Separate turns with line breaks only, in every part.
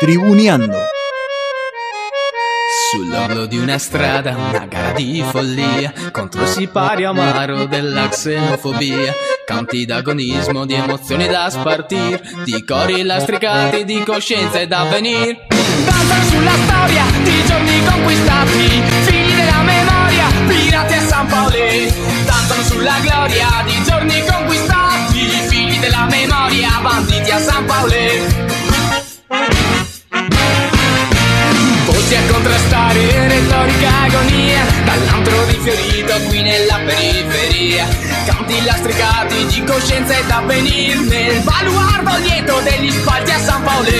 tribuneando.
Sull'orlo di una strada, una gara di follia contro il sipario amaro della xenofobia. Canti d'agonismo, di emozioni da spartir, di cori lastricati, di coscienze da venir. Basa sulla storia di giorni conquistati, figli della memoria, pirati a San Paolo. Danzano sulla gloria di giorni conquistati, figli della memoria, banditi a San Paolo. Voci a contrastare retorica agonia Dall'antro di Fiorito qui nella periferia Canti lastricati di coscienza ed avvenir Nel baluardo dietro degli spalti a San Paolo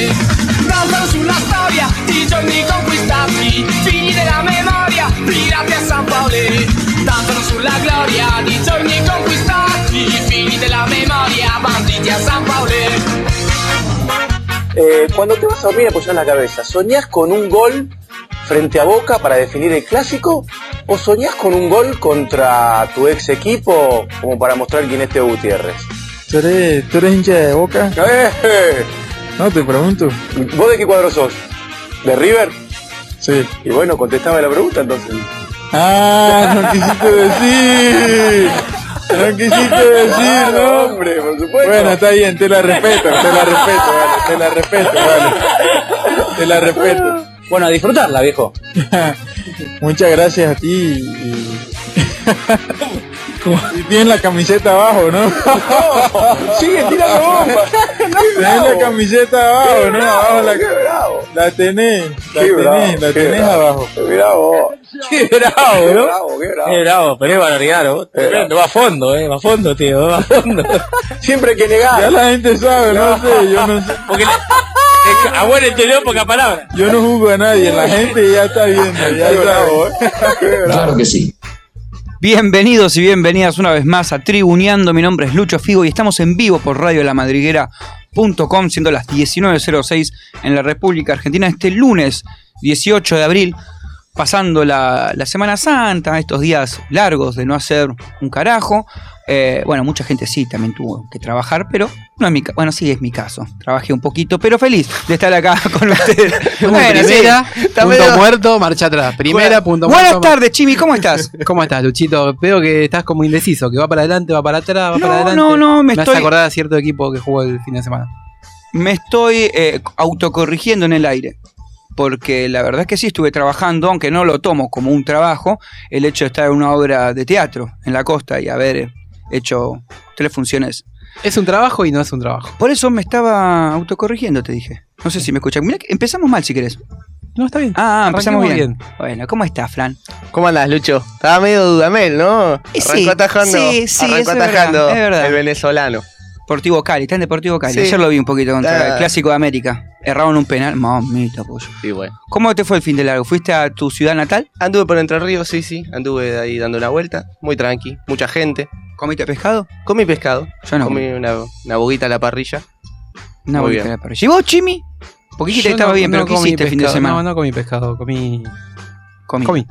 Danzano sulla storia di giorni conquistati Figli della memoria, pirati a San Paolo Danzano sulla gloria di giorni conquistati Figli della memoria, banditi a San Paolo
Eh, cuando te vas a dormir apoyás la cabeza. ¿Soñás con un gol frente a Boca para definir el clásico? ¿O soñás con un gol contra tu ex equipo como para mostrar quién es Teo Gutiérrez?
¿Tú eres, tú eres hincha de boca?
¡Eh!
No, te pregunto.
¿Vos de qué cuadro sos? ¿De River?
Sí.
Y bueno, contestame la pregunta entonces.
¡Ah! No quisiste decir. No quisiste decir,
Claro,
no.
hombre, por supuesto.
Bueno, está bien, te la respeto, te la respeto, vale, te la respeto, vale. Te la respeto.
Bueno, a disfrutarla, viejo.
Muchas gracias a ti y... y tienen la camiseta abajo, ¿no?
Sigue tirando bombas.
Tienen la camiseta abajo, ¿no? Abajo la,
¡Qué bravo!
la tenés, la
Qué
tenés,
bravo,
la
qué
tenés
bravo.
abajo.
¡Qué bravo!
Qué bravo,
¡Qué
¿no?
bravo! ¡Qué
Qué
bravo!
bravo, pero es valorear, ¿no? Tremendo, va a fondo, eh, va a fondo, tío, va a fondo.
Siempre hay que
Ya
negar.
la gente sabe, no sé, yo no sé.
Porque le- es que- a buen entendedor, poca palabra.
Yo no juzgo a nadie, la gente ya está viendo, ya
¡Qué
está.
bravo! eh. ¡Qué bravo!
Claro que sí.
Bienvenidos y bienvenidas una vez más a Tribuneando. Mi nombre es Lucho Figo y estamos en vivo por Radio La Madriguera.com, siendo las 19.06 en la República Argentina este lunes 18 de abril, pasando la, la Semana Santa, estos días largos de no hacer un carajo. Eh, bueno, mucha gente sí también tuvo que trabajar, pero no es mi caso. Bueno, sí es mi caso. Trabajé un poquito, pero feliz de estar acá con ustedes. Bueno, sí,
primera,
está
punto
medio-
muerto, marcha atrás. Primera, punto
Buenas
muerto.
tardes, Chimi, ¿cómo estás?
tardes. ¿Cómo estás, Luchito? Veo que estás como indeciso, que va para adelante, va para atrás, va
No,
para adelante.
no, no, me
hace
estoy-
acordar a cierto equipo que jugó el fin de semana.
Me estoy eh, autocorrigiendo en el aire. Porque la verdad es que sí estuve trabajando, aunque no lo tomo como un trabajo, el hecho de estar en una obra de teatro en la costa y haber eh, hecho tres funciones.
Es un trabajo y no es un trabajo.
Por eso me estaba autocorrigiendo, te dije. No sé si me escuchas. Mira, empezamos mal si querés.
No, está bien.
Ah, ah, empezamos
Arranquemos
bien. Bueno, ¿cómo estás, Fran?
¿Cómo andás, Lucho? Estaba medio dudamel, ¿no?
Eh,
Arrancó
sí,
atajando.
sí, sí,
arrancó
eso es verdad,
atajando
es verdad.
el venezolano.
Deportivo Cali, está en Deportivo Cali.
Sí.
Ayer lo vi un poquito contra
Ah.
el Clásico de América. Erraron un penal. Mamita, pollo.
Sí, bueno.
¿Cómo te fue el fin de largo? ¿Fuiste a tu ciudad natal?
Anduve por Entre Ríos, sí, sí. Anduve ahí dando una vuelta. Muy tranqui. Mucha gente.
¿Comiste pescado?
Comí pescado.
Yo no.
Comí una, una boguita a la parrilla.
Una
Muy
bolita
bien.
de la parrilla. ¿Y vos, Chimi? Porque
Yo
dijiste que estaba
no-
bien, pero
no
¿qué
comí
hiciste el fin de
pescado.
semana?
No, no comí pescado, comí.
comí.
Comí.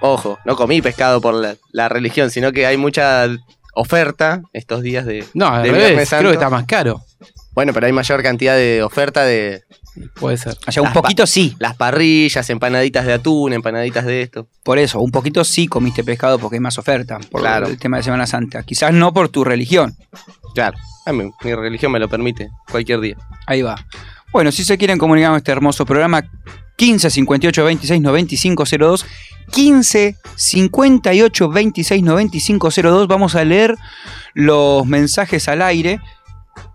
Ojo, no comí pescado por la, la religión, sino que hay mucha oferta estos días de...
No, al
Del
revés,
Viernes Santo.
creo que está más caro.
Bueno, pero hay mayor cantidad de oferta de
Puede ser.
O sea, un
Las pa-
poquito sí.
las parrillas, empanaditas de atún, empanaditas de esto.
Por eso, un poquito sí comiste pescado porque hay más oferta. Por
Claro.
el tema de Semana Santa. Quizás no por tu religión.
Claro. A mí, mi religión me lo permite cualquier día.
Ahí va. Bueno, si se quieren comunicar con este hermoso programa, 15 58 26 95 02. 15 58 26 95 02. Vamos a leer los mensajes al aire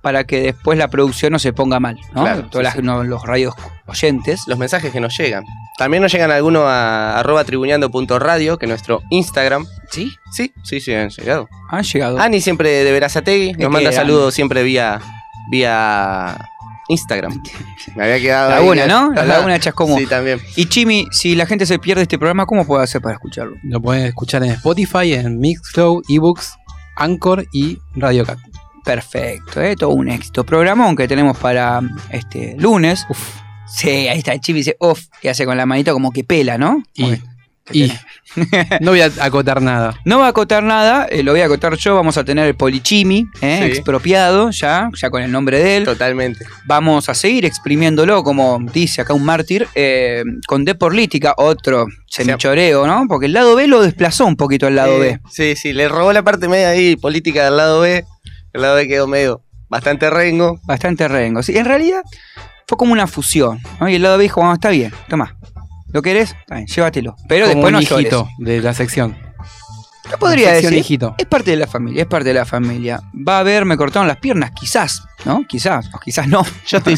para que después la producción no se ponga mal. ¿no?
Claro,
Todas
sí,
las- no, los radios oyentes.
los mensajes que nos llegan. También nos llegan algunos a arroba tribuneando.radio, que es nuestro Instagram.
¿Sí?
Sí, sí, sí, han llegado.
Han llegado. Este
Ani siempre de Verazategui
que
nos manda
Ani.
saludos siempre vía, vía Instagram. Me había quedado. ahí.
Laguna, ¿no? La
Ajá.
Laguna Chascomú.
Sí, también.
Y Chimi, si la gente se pierde este programa, ¿cómo puede hacer para escucharlo?
Lo pueden escuchar en Spotify, en Mixcloud, eBooks, Anchor y Radio Cat.
Perfecto, ¿eh? todo un éxito. Programón que tenemos para este lunes. Sí, ahí está, Chimi dice off, que hace con la manito como que pela, ¿no?
Y,
Como que- que
y,
tenés-
No voy a acotar nada.
No va a acotar nada, eh, lo voy a acotar yo. Vamos a tener el Polichimi, eh,
Sí.
expropiado ya, ya con el nombre de él.
Totalmente.
Vamos a seguir exprimiéndolo, como dice acá un mártir, eh, con D política, otro semichoreo, ¿no? Porque el lado B lo desplazó un poquito al lado
Eh,
B.
Sí, sí, le robó la parte media ahí, política del lado B. El lado B quedó medio bastante rengo.
Bastante rengo. Sí, en realidad fue como una fusión, ¿no? Y el lado B dijo, bueno, está bien, toma. ¿Lo querés? Está bien, llévatelo. Pero
Como
después no
un
llores.
hijito de la sección.
No podría
Sección
decir.
hijito.
Es parte de la familia, es parte de la familia. Va a haber, me cortaron las piernas, quizás, ¿no? Quizás, o quizás no.
Yo estoy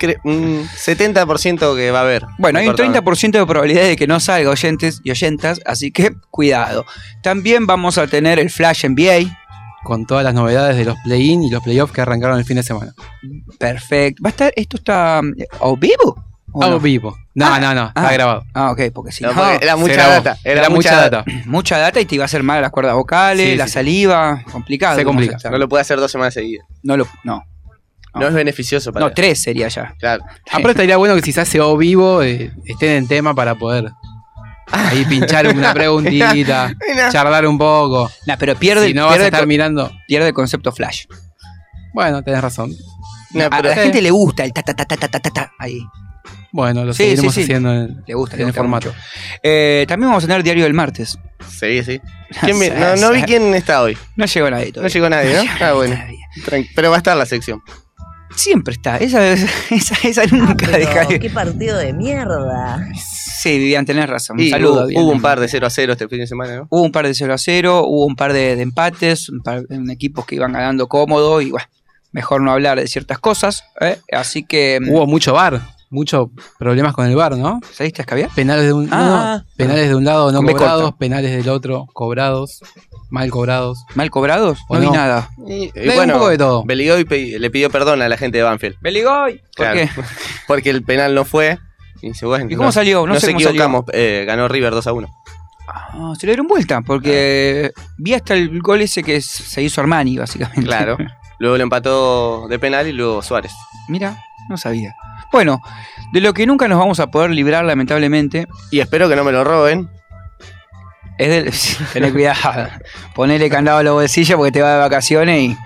cre- un 70% que va a haber.
Bueno, hay un
Cortame.
30% de probabilidad de que no salga oyentes y oyentas, así que cuidado. También vamos a tener el Flash NBA.
Con todas las novedades de los play-in y los playoffs que arrancaron el fin de semana.
Perfecto. Va a estar, esto está mm, o vivo. ¿O
Hago
no?
vivo. No,
Ah,
no, no. Está
ah.
grabado.
Ah, ok, porque si
No,
no,
porque era mucha
grabó.
data. Era, mucha data.
mucha data y te iba a hacer mal las cuerdas vocales,
Sí,
la
sí.
saliva, complicado.
Se
¿cómo
complica.
hacer?
No lo puede hacer dos semanas seguidas.
No lo- no,
No, es beneficioso para
no, tres sería ya.
Claro.
Aparte Ah, estaría bueno que si se hace o vivo eh, estén en tema para poder ahí pinchar una preguntita, charlar un poco.
Nah, pero pierde,
si no vas
pierde,
a estar
co-
mirando.
pierde el concepto flash.
Bueno, tenés razón. Ah, eh.
No,
a
pero-
la gente le gusta el ta ta ta ta ta ta ta, ta ahí.
Bueno, lo
Sí,
seguiremos
sí, sí.
haciendo en,
Le gusta,
en
le
el
gusta
formato.
Eh, también vamos a tener diario del martes.
Sí, sí. ¿Quién vi- no, no vi quién está hoy.
No llegó nadie
No
todavía.
llegó nadie, ¿no? Ah, bueno.
Todavía.
Tranqui- Pero va a estar la sección.
Siempre está. Esa, esa, esa nunca deja
Pero,
de.
qué partido de mierda.
Sí, Vivian, tenés razón. Un
Y
saludo.
hubo,
Vivian.
hubo un par de 0 a 0 este fin de semana, ¿no?
Hubo un par de 0 a 0, hubo un par de, de empates, un par de equipos que iban ganando cómodo y bueno, mejor no hablar de ciertas cosas. ¿eh? Así que.
Hubo mucho bar, muchos problemas con el bar, ¿no?
¿Saliste a escabiar?
Penales de un, no,
Ah.
no, penales de un lado no
Me
cobrados,
corta.
penales del otro cobrados, mal cobrados.
¿Mal cobrados?
¿O
No,
no?
vi nada.
Y, y
Hay un poco de todo.
Beligoy pe- le pidió perdón a la gente de Banfield.
¡Beligoy! ¿Por
Claro.
qué?
Porque el penal no fue. Y dice, bueno,
¿Y cómo
no,
salió? No,
nos
sé cómo salió.
equivocamos. Eh, ganó River 2 a 1.
Ah, se le dieron vuelta, porque vi hasta el gol ese que s- se hizo Armani, básicamente.
Claro. Luego lo empató de penal y luego Suárez.
Mira, no sabía. Bueno, de lo que nunca nos vamos a poder librar, lamentablemente,
Y espero que no me lo roben.
es del. Tené cuidado. Ponele candado a la bolsilla porque te va de vacaciones y.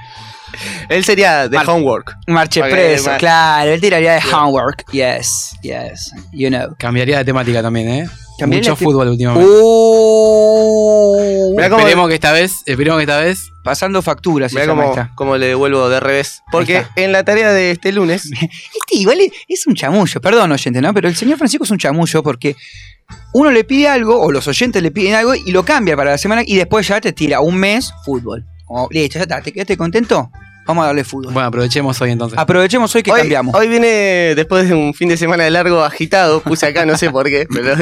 Él sería de
Mar-
homework.
Marche
Ok,
preso,
mar-
claro. Él tiraría de homework. Yes, yes. You know.
Cambiaría de temática también, ¿eh?
Cambié
Mucho
la te-
fútbol últimamente.
Uh,
Mirá cómo,
esperemos que esta vez, esperemos que esta vez
pasando facturas. se
mirá
llama
cómo-
esta.
cómo le devuelvo de revés. Porque
está.
en la tarea de este lunes.
Este igual es, es un chamullo, perdón oyente, ¿no? Pero el señor Francisco es un chamullo porque uno le pide algo, o los oyentes le piden algo, y lo cambia para la semana, y después ya te tira un mes fútbol. Como, listo, ya está, ¿te quedaste contento? Vamos a darle fútbol.
Bueno, aprovechemos hoy entonces.
Aprovechemos hoy que
hoy,
cambiamos.
hoy viene después de un fin de semana de largo agitado. Puse acá, no sé por qué. Pero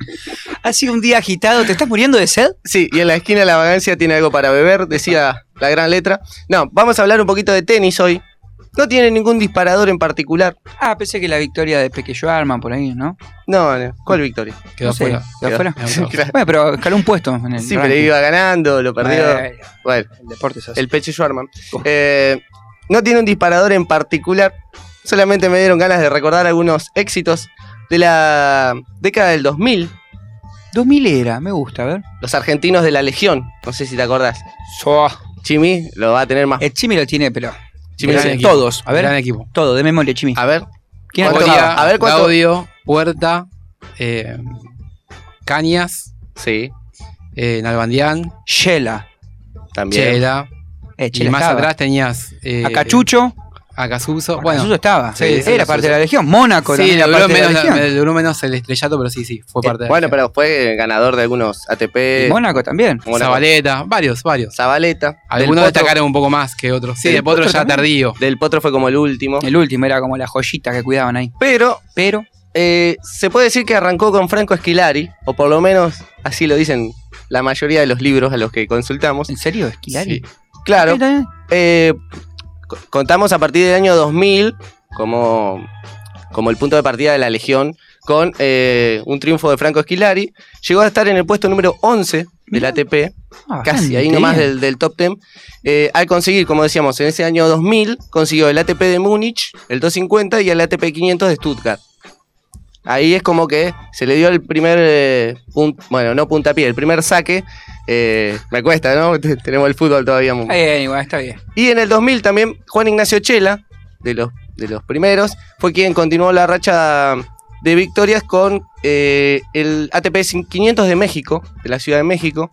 Ha sido un día agitado, ¿te estás muriendo de sed?
Sí, y en la esquina de la vagancia tiene algo para beber, decía la gran letra. No, vamos a hablar un poquito de tenis hoy. No tiene ningún disparador en particular.
Ah, pensé que la victoria de Pequeño Arman por ahí, ¿no?
No, no. ¿cuál victoria?
Quedó
no sé,
fuera.
¿Quedó fuera?
Quedó.
Claro.
Bueno, pero escaló un puesto en el
Sí, pero
ranking.
iba ganando, lo perdió.
Bueno,
Bueno,
el deporte es así.
el pecho Schwarman. Eh, no tiene un disparador en particular. Solamente me dieron ganas de recordar algunos éxitos de la década del 2000.
2000 era, me gusta, a ver.
Los argentinos de la Legión. No sé si te acordás. Chimi lo va a tener más. Eh,
El Eh, Chimi lo tiene, pero...
Chimi lo
Gran
tiene.
equipo.
Todos, a ver.
Gran equipo.
Todo, de memoria, Chimi.
A ver,
¿Quién
¿Cuánto
anotaba?
va? A ver, ¿cuánto?
Gaudio, Puerta, eh, Cañas,
sí,
eh, Nalbandián,
Shela.
también.
Chela.
Eh,
Y
Chela
más
estaba.
atrás tenías. Eh,
a Cachucho.
A Casuso.
bueno,
Bueno,
estaba.
sí,
era
sí, sí,
parte
sí.
de la Legión. Mónaco
sí,
también era
le duró,
parte de la
menos,
Legión. Eh,
le duró menos el estrellato, pero sí, sí, fue parte de.
Bueno, pero fue ganador de algunos
Y
ATP.
eh, Mónaco también.
Mónaco.
Zabaleta, varios, varios.
Zabaleta.
Algunos
Del Potro-
destacaron un poco más que otros. Sí,
Del
de Potro
Potro
ya
también.
tardío.
Del Potro fue como el último.
El último era como la joyita que cuidaban ahí.
Pero
Pero
eh, se puede decir que arrancó con Franco Esquilari, o por lo menos así lo dicen la mayoría de los libros a los que consultamos.
¿En serio? ¿Esquilari?
Sí.
Claro,
¿Qué tal?
eh, co- contamos a partir del año 2000 como, como el punto de partida de la Legión con eh, un triunfo de Franco Esquilari. Llegó a estar en el puesto número 11 del
Mirá.
ATP.
Ah,
casi,
bastante
ahí nomás
bien.
del, del top 10. Eh, al conseguir, como decíamos, en ese año 2000 consiguió el ATP de Múnich, el 250 y el ATP 500 de Stuttgart. Ahí es como que se le dio el primer, eh, pun- bueno, no puntapié, el primer saque. eh, me cuesta, ¿no? Tenemos el fútbol todavía. muy-
Está bien, igual, está bien.
y en el 2000 también Juan Ignacio Chela, de los, de los primeros, fue quien continuó la racha de victorias con eh, el ATP 500 de México, de la Ciudad de México.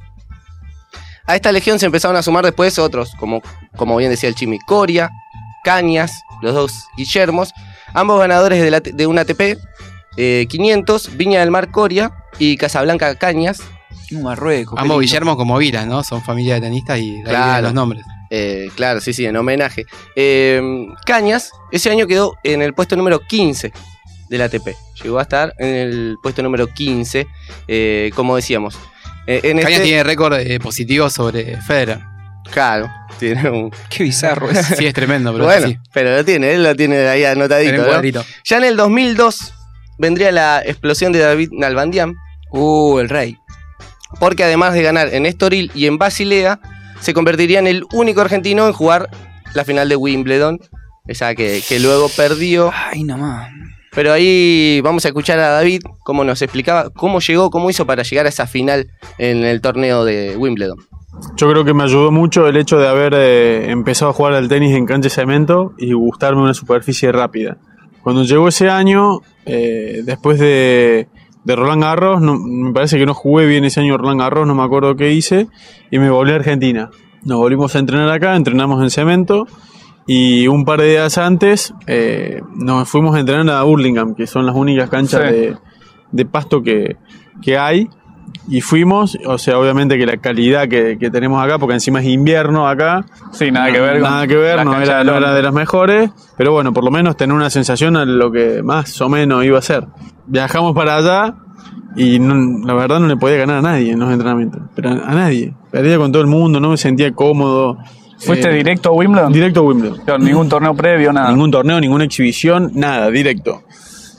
A esta legión se empezaron a sumar después otros, como, como bien decía el Chimi, Coria, Cañas, los dos Guillermos, ambos ganadores de, la- de un ATP eh, 500, Viña del Mar Coria y Casablanca Cañas.
Un Marruecos. qué
Ambos
lindo.
Guillermo como Vila, ¿no? Son familia de tenistas y de ahí
Claro.
vienen los nombres.
Eh, claro, sí, sí, en homenaje. Eh, Cañas, ese año quedó en el puesto número 15 del ATP. Llegó a estar en el puesto número 15, eh, como decíamos. Eh, en
Cañas
este-
tiene récord eh, positivo sobre Federer.
Claro, tiene un...
Qué bizarro es.
Sí, es tremendo, pero
bueno,
sí.
pero lo tiene, él lo tiene ahí
Tiene
anotadito.
un
¿no?
cuadrito.
Ya en el 2002 vendría la explosión de David Nalbandian,
Uh, el rey.
porque además de ganar en Estoril y en Basilea, se convertiría en el único argentino en jugar la final de Wimbledon, esa que- que luego perdió.
Ay, nomás.
Pero ahí vamos a escuchar a David cómo nos explicaba cómo llegó, cómo hizo para llegar a esa final en el torneo de Wimbledon.
Yo creo que me ayudó mucho el hecho de haber eh, empezado a jugar al tenis en cancha de cemento y gustarme una superficie rápida. Cuando llegó ese año, eh, después de, de Roland Garros, no- me parece que no jugué bien ese año Roland Garros, no me acuerdo qué hice, y me volví a Argentina. Nos volvimos a entrenar acá, entrenamos en cemento y un par de días antes eh, nos fuimos a entrenar a Burlingame, que son las únicas canchas
Sí.
de, de pasto que, que hay. Y fuimos, o sea, obviamente que la calidad que, que tenemos acá, porque encima es invierno acá.
Sí, nada que ver. con
Nada que ver,
las
no
canchas
era,
de
no era
Londres.
de las mejores. Pero bueno, por lo menos tener una sensación a lo que más o menos iba a ser. Viajamos para allá y no- la verdad no le podía ganar a nadie en los entrenamientos. Pero a, a nadie. Perdía con todo el mundo, no me sentía cómodo.
¿Fuiste
Eh,
directo a Wimbledon?
Directo a Wimbledon.
Claro, ningún torneo previo, nada.
Ningún torneo, ninguna exhibición, nada, directo.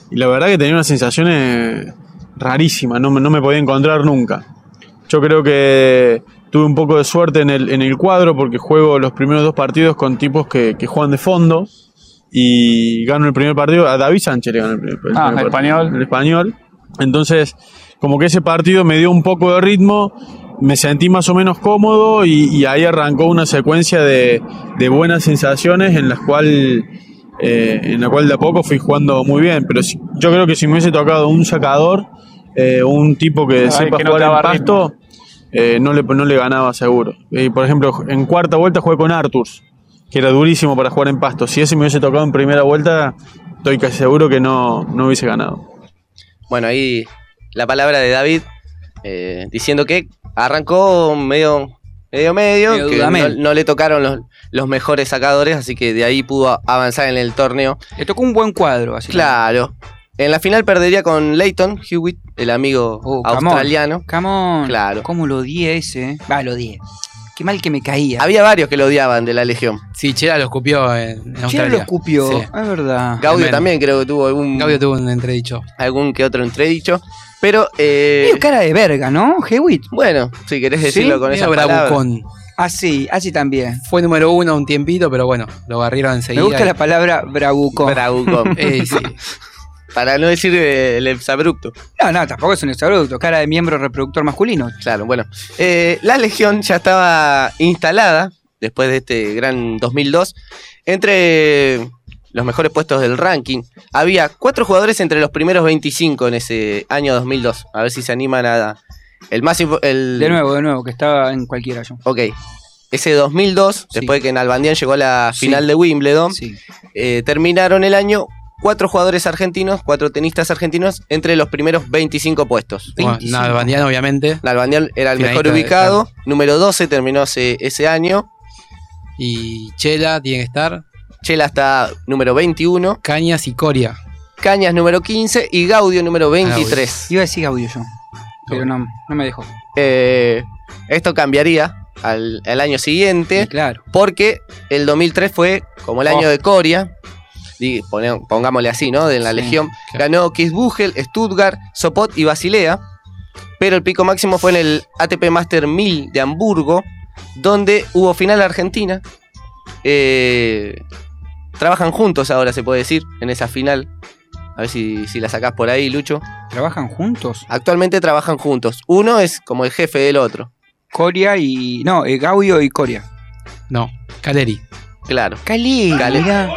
Y la verdad que tenía unas sensaciones rarísimas, no, me- no me podía encontrar nunca. Yo creo que tuve un poco de suerte en el, en el cuadro porque juego los primeros dos partidos con tipos que, que juegan de fondo y gano el primer partido. A David Sánchez le ganó el primer, el
Ah,
primer
el
partido.
español.
El español. Entonces, como que ese partido me dio un poco de ritmo, me sentí más o menos cómodo y, y ahí arrancó una secuencia de, de buenas sensaciones en las cual eh, en la cual de a poco fui jugando muy bien. Pero si- yo creo que si me hubiese tocado un sacador, eh, un tipo que
Ay,
sepa
que no
jugar
te
en
daba
pasto, eh, no, le, no le ganaba seguro. Y, por ejemplo, en cuarta vuelta jugué con Arturs, que era durísimo para jugar en pasto. Si ese me hubiese tocado en primera vuelta, estoy casi seguro que no, no hubiese ganado.
Bueno, ahí la palabra de David eh, diciendo que arrancó medio medio, medio,
Medio
que no,
dudamel.
no le tocaron los, los mejores sacadores, así que de ahí pudo a- avanzar en el torneo.
Le tocó un buen cuadro, así.
Claro. En la final perdería con Leighton Hewitt, el amigo
Oh, come on.
australiano.
Come on.
Claro.
¿Cómo lo odié ese? eh? Va, lo odié. Qué mal que me caía.
Había varios que lo odiaban de la Legión.
Sí, Chela lo escupió en, en
Ya
Australia.
lo escupió. Ah,
Sí.
Es verdad.
Gaudio
tremendo.
también creo que tuvo algún,
Gaudio tuvo un entredicho.
algún que otro entredicho. Pero eh,
Medio cara de verga, ¿no? Hewitt.
Bueno, si querés
Sí, Ah,
decirlo con
Medio
esa palabra.
bravucón.
Así, así también.
Fue número uno un tiempito, pero bueno, lo barrieron
Me
enseguida.
gusta la palabra bravuco.
Bravucón.
Eh, sí.
Para no decir eh, el exabrupto.
no, no, tampoco es un exabrupto. Cara de miembro reproductor masculino.
Claro, bueno. Eh, la Legión ya estaba instalada después de este gran 2002. Entre los mejores puestos del ranking, había cuatro jugadores entre los primeros 25 en ese año 2002. A ver si se animan a. El más. info- El,
De nuevo, de nuevo, que estaba en cualquiera yo.
Ok. Ese 2002,
Sí.
después de que Nalbandian llegó a la
Sí.
final de Wimbledon,
Sí.
Eh, terminaron el año cuatro jugadores argentinos, cuatro tenistas argentinos, entre los primeros 25 puestos.
Bueno,
25.
nada, Bandiano, obviamente.
Nalbandián era el
Finalista
mejor
de-
ubicado, número 12 terminó ese, ese año,
Y Chela tiene que estar.
Chela está número 21,
Cañas y Coria.
Cañas número 15 y Gaudio número 23.
Iba a decir Gaudio yo. Pero
Ok.
no, no me dejó.
Eh, esto cambiaría al, al año
Y
siguiente
Claro.
porque el 2003 fue como el año
Oh.
de Coria. y pone- pongámosle así, ¿no? De la
Sí,
Legión.
claro.
Ganó Kitzbühel, Stuttgart, Sopot y Basilea. Pero el pico máximo fue en el ATP Master 1000 de Hamburgo, donde hubo final argentina. Eh, trabajan juntos ahora, se puede decir, en esa final. A ver si, si la sacás por ahí, Lucho.
¿Trabajan juntos?
Actualmente trabajan juntos. Uno es como el jefe del otro.
Coria y. No, eh, Gaudio y Coria.
No, Caleri.
Claro.
Cali,
Cali.
mirá.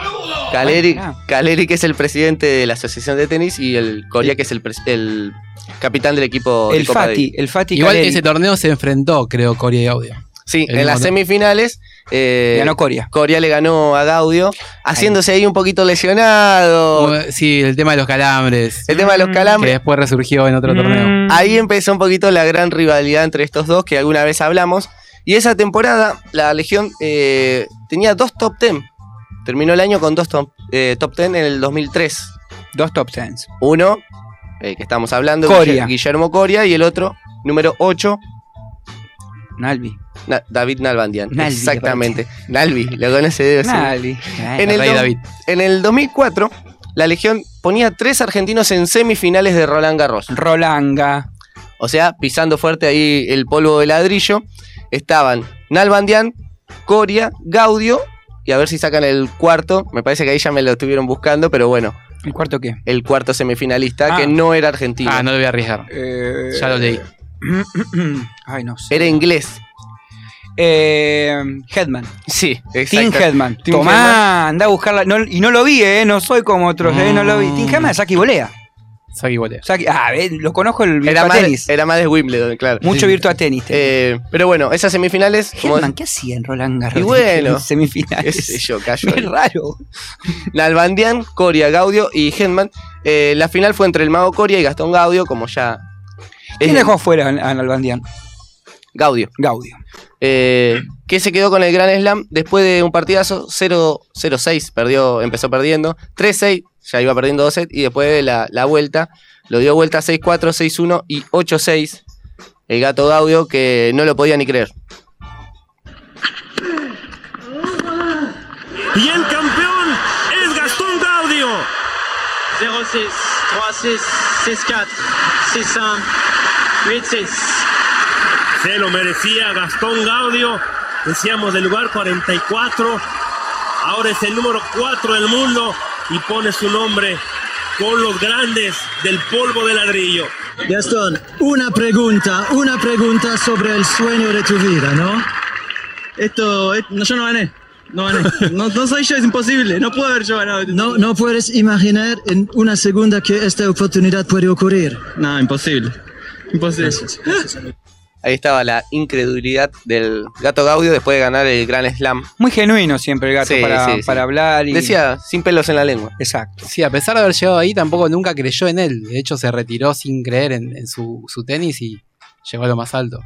Caleri,
Ah.
Caleri, que es el presidente de la Asociación de Tenis, y el Coria, que es el, pres- el capitán del equipo de
El
Oh, Copa Davis.
Fati, el Fati
Igual
Caleri.
ese torneo se enfrentó, creo, Coria y Audio.
Sí,
El
en las
mono-
semifinales eh,
Ganó Coria.
Coria le ganó a Gaudio, haciéndose ahí un poquito lesionado.
Como- Sí, el tema de los calambres.
El tema de los
Que
calambres.
después resurgió en otro torneo.
Ahí empezó un poquito la gran rivalidad entre estos dos que alguna vez hablamos. Y esa temporada la Legión eh, tenía dos top 10. Terminó el año con dos top, eh, top 10 en el 2003.
Dos top tens.
Uno, eh, que estamos hablando,
Coria.
Guille- Guillermo Coria, y el otro, número 8,
Nalvi.
David Nalbandian.
Nalvi,
Exactamente. Nalvi, lo conoce de decir.
Nalvi.
En el,
Rey
do-
David.
en el 2004, la Legión ponía tres argentinos en semifinales de Roland Garros.
Rolanga.
O sea, pisando fuerte ahí el polvo de ladrillo. Estaban Nalbandian, Coria, Gaudio. Y a ver si sacan el cuarto. Me parece que ahí ya me lo estuvieron buscando, pero bueno,
¿El cuarto qué?
el cuarto semifinalista,
Ah.
que no era argentino.
Ah, no lo voy a arriesgar.
Eh,
Ya lo leí.
Ay, no sé.
Era inglés.
Eh, Headman.
Sí,
Tim
exacto.
Headman.
Tim
Tomá, andá a buscarla. No- y no lo vi, ¿eh? No soy como otros, ¿eh? No lo vi.
Mm.
Tim Headman es Saki Bolea.
Saki Bolea.
Saki- ah, eh, lo conozco el
Era
Virtua Tenis.
más, era más de Wimbledon, claro.
Mucho Virtua Tenis. tenía.
Eh, pero bueno, esas semifinales. como-
Headman, ¿qué hacía en Roland Garros?
Y bueno.
En semifinales.
qué sé yo, cayó
Qué
ahí.
raro.
Nalbandian, Coria, Gaudio y Henman. Eh, la final fue entre el mago Coria y Gastón Gaudio, como ya.
¿Quién
Eh,
dejó afuera a a Nalbandian?
Gaudio.
Gaudio.
Eh, que se quedó con el Gran Slam después de un partidazo 0-6, perdió, empezó perdiendo, 3-6, ya iba perdiendo 2 sets y después de la, la vuelta, lo dio vuelta 6-4, 6-1 y 8-6. El gato Gaudio que no lo podía ni creer.
Y el campeón es Gastón Gaudio. 0-6, 3-6, 6-4, 6-1, 8-6. Se lo merecía Gastón Gaudio. Decíamos del lugar 44. Ahora es el número 4 del mundo y pone su nombre con los grandes del polvo de ladrillo.
Gastón, una pregunta, una pregunta sobre el sueño de tu vida, ¿no? Esto, et- no, yo no gané, no gané, no, no soy yo, es imposible, no puedo haber yo ganado. No, no puedes imaginar en una segunda que esta oportunidad puede ocurrir. No, imposible, imposible.
Ahí estaba la incredulidad del gato Gaudio después de ganar el Gran Slam.
Muy genuino siempre el gato
Sí,
para,
sí, sí.
para hablar. Y...
Decía, sin pelos en la lengua.
Exacto.
Sí, a pesar de haber llegado ahí, tampoco nunca creyó en él. De hecho, se retiró sin creer en, en su, su tenis y llegó a lo más alto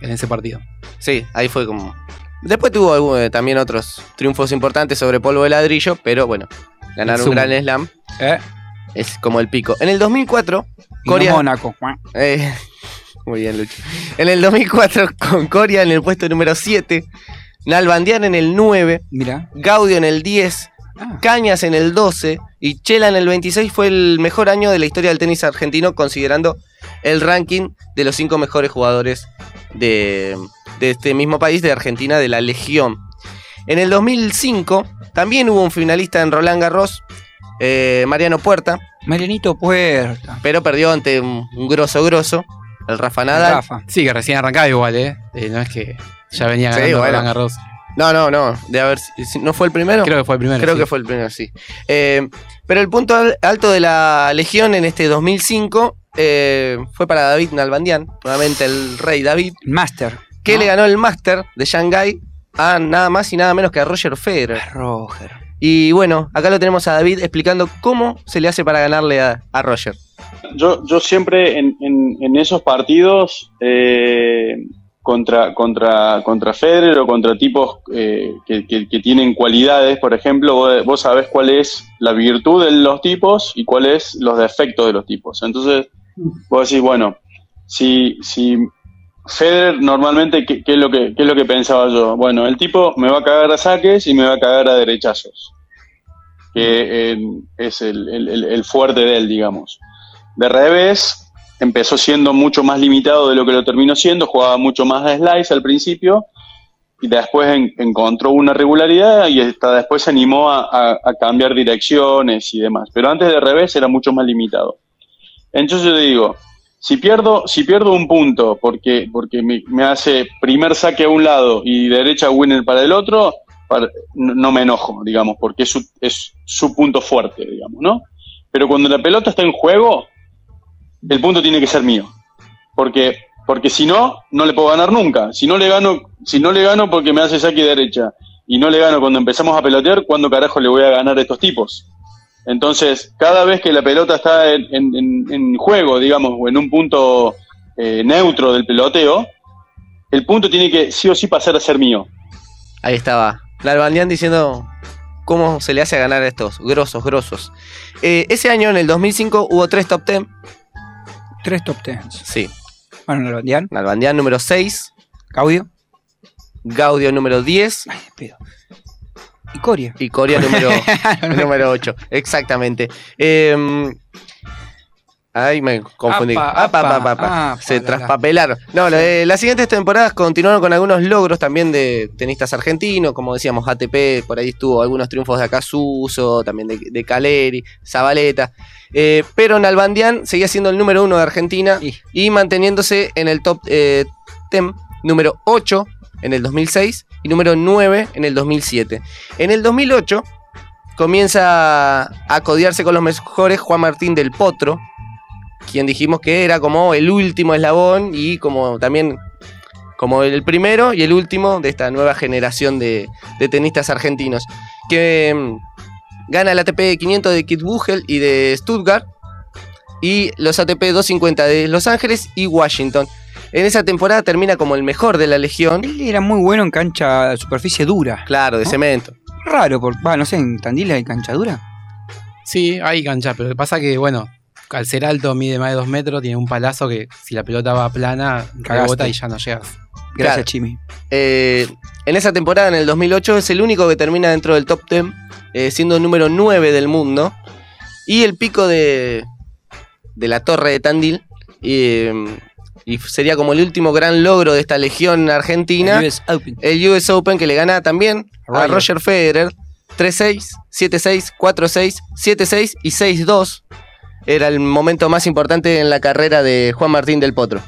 en ese partido.
Sí, ahí fue como... Después tuvo algún- eh, también otros triunfos importantes sobre polvo de ladrillo, pero bueno, ganar un
Sumo.
Gran Slam
¿Eh?
Es como el pico. En el 2004,
Y no
Coria.
Mónaco.
eh, muy bien, Lucho. En el 2004, con Coria en el puesto número 7, Nalbandian en el 9,
Mira.
Gaudio en el 10,
Ah.
Cañas en el 12 y Chela en el 26 fue el mejor año de la historia del tenis argentino, considerando el ranking de los 5 mejores jugadores de, de este mismo país, de Argentina, de la Legión. En el 2005 también hubo un finalista en Roland Garros, eh, Mariano Puerta,
Marianito Puerta.
pero perdió ante un, un grosso grosso, el Rafa Nadal.
Rafa.
Sí, que recién arrancaba igual, ¿eh? Eh, no es que ya venía
Sí,
ganando
bueno.
Roland Garros.
No, no, no, de haber si- no fue el primero.
Creo que fue el primero.
Creo
sí.
que fue el primero, sí. Eh, pero el punto al- alto de la Legión en este 2005 eh, fue para David Nalbandian, nuevamente el rey David,
Master.
que
¿no?
le ganó el Master de Shanghai a nada más y nada menos que a Roger Federer.
Roger.
Y bueno, acá lo tenemos a David explicando cómo se le hace para ganarle a, a Roger.
Yo, yo siempre en, en- en esos partidos eh, contra, contra, contra Federer o contra tipos eh, que, que- que tienen cualidades, por ejemplo, vos, vos sabés cuál es la virtud de los tipos y cuál es los defectos de los tipos. Entonces, vos decís, bueno, si, si Federer normalmente, ¿qué, qué es lo que, ¿qué es lo que pensaba yo? Bueno, el tipo me va a cagar a saques y me va a cagar a derechazos, que eh, es el- el- el- el fuerte de él, digamos. De revés, empezó siendo mucho más limitado de lo que lo terminó siendo, jugaba mucho más de slice al principio, y después en- encontró una regularidad y hasta después se animó a, a- a cambiar direcciones y demás. Pero antes de revés era mucho más limitado. Entonces yo digo, si pierdo, si pierdo un punto porque, porque me, me hace primer saque a un lado y derecha winner para el otro, para- no, no me enojo, digamos, porque es su, es su punto fuerte, digamos, ¿no? Pero cuando la pelota está en juego, el punto tiene que ser mío. Porque, porque si no, no le puedo ganar nunca. Si no le gano, si no le gano porque me hace saque derecha y no le gano cuando empezamos a pelotear, ¿cuándo carajo le voy a ganar a estos tipos? Entonces, cada vez que la pelota está en, en- en- en juego, digamos, o en un punto eh, neutro del peloteo, el punto tiene que sí o sí pasar a ser mío.
Ahí estaba. Larbandián diciendo cómo se le hace a ganar a estos grosos, grosos. Eh, ese año, en el 2005, hubo tres top 10.
Tres top 10.
Sí.
Bueno, Nalbandián.
Nalbandián número 6.
Gaudio.
Gaudio número 10.
Y Coria.
Y Coria número, número 8. Exactamente. Eh, ay, me confundí.
Apa,
Apa,
apa, Ah,
apa, apa.
apa,
Se
la, la.
traspapelaron. No, lo de- las siguientes temporadas continuaron con algunos logros también de tenistas argentinos, como decíamos, ATP, por ahí estuvo algunos triunfos de Acasuso, también de, de Caleri, Zabaleta. Eh, pero Nalbandián seguía siendo el número uno de Argentina y manteniéndose en el top eh, 10, número 8 en el 2006 y número 9 en el 2007. En el 2008 comienza a codearse con los mejores Juan Martín del Potro, quien dijimos que era como el último eslabón y como también como el primero y el último de esta nueva generación de, de tenistas argentinos, que mm, gana el ATP 500 de Kitzbühel y de Stuttgart y los ATP 250 de Los Ángeles y Washington. En esa temporada termina como el mejor de la Legión.
Él era muy bueno en cancha de superficie dura.
Claro, de cemento.
Raro, porque, va, no sé, en Tandil hay cancha dura.
Sí, hay cancha, pero lo que pasa que, bueno, al ser alto mide más de dos metros, tiene un palazo que si la pelota va plana,
Cagaste.
rebota y ya no llegas.
Claro.
Chimi.
Eh, en esa temporada, en el 2008, es el único que termina dentro del top 10, eh, siendo el número 9 del mundo. Y el pico de, de la torre de Tandil. eh, y sería como el último gran logro de esta legión argentina.
El US Open.
El US Open que le gana también a
Roger.
Roger Federer. 3-6, 7-6, 4-6, 7-6 y 6-2. Era el momento más importante en la carrera de Juan Martín del Potro.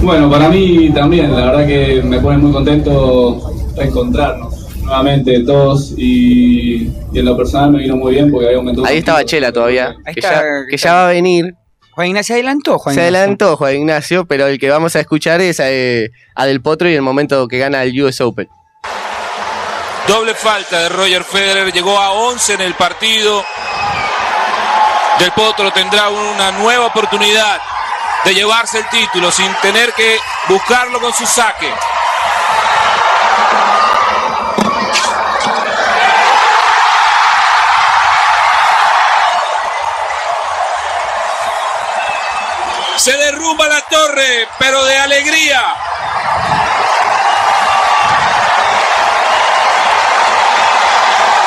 Bueno, para mí también, la verdad que me pone muy contento reencontrarnos nuevamente todos y, y en lo personal me vino muy bien porque había aumentado.
Ahí estaba Chela todavía. que
está,
ya, que ya va a venir.
Juan Ignacio adelantó, Juan
Se
Ignacio.
adelantó Juan Ignacio, pero el que vamos a escuchar es eh, a Del Potro y el momento que gana el US Open.
Doble falta de Roger Federer, llegó a 11 en el partido. Del Potro tendrá una nueva oportunidad de llevarse el título sin tener que buscarlo con su saque. Se derrumba la torre, pero de alegría.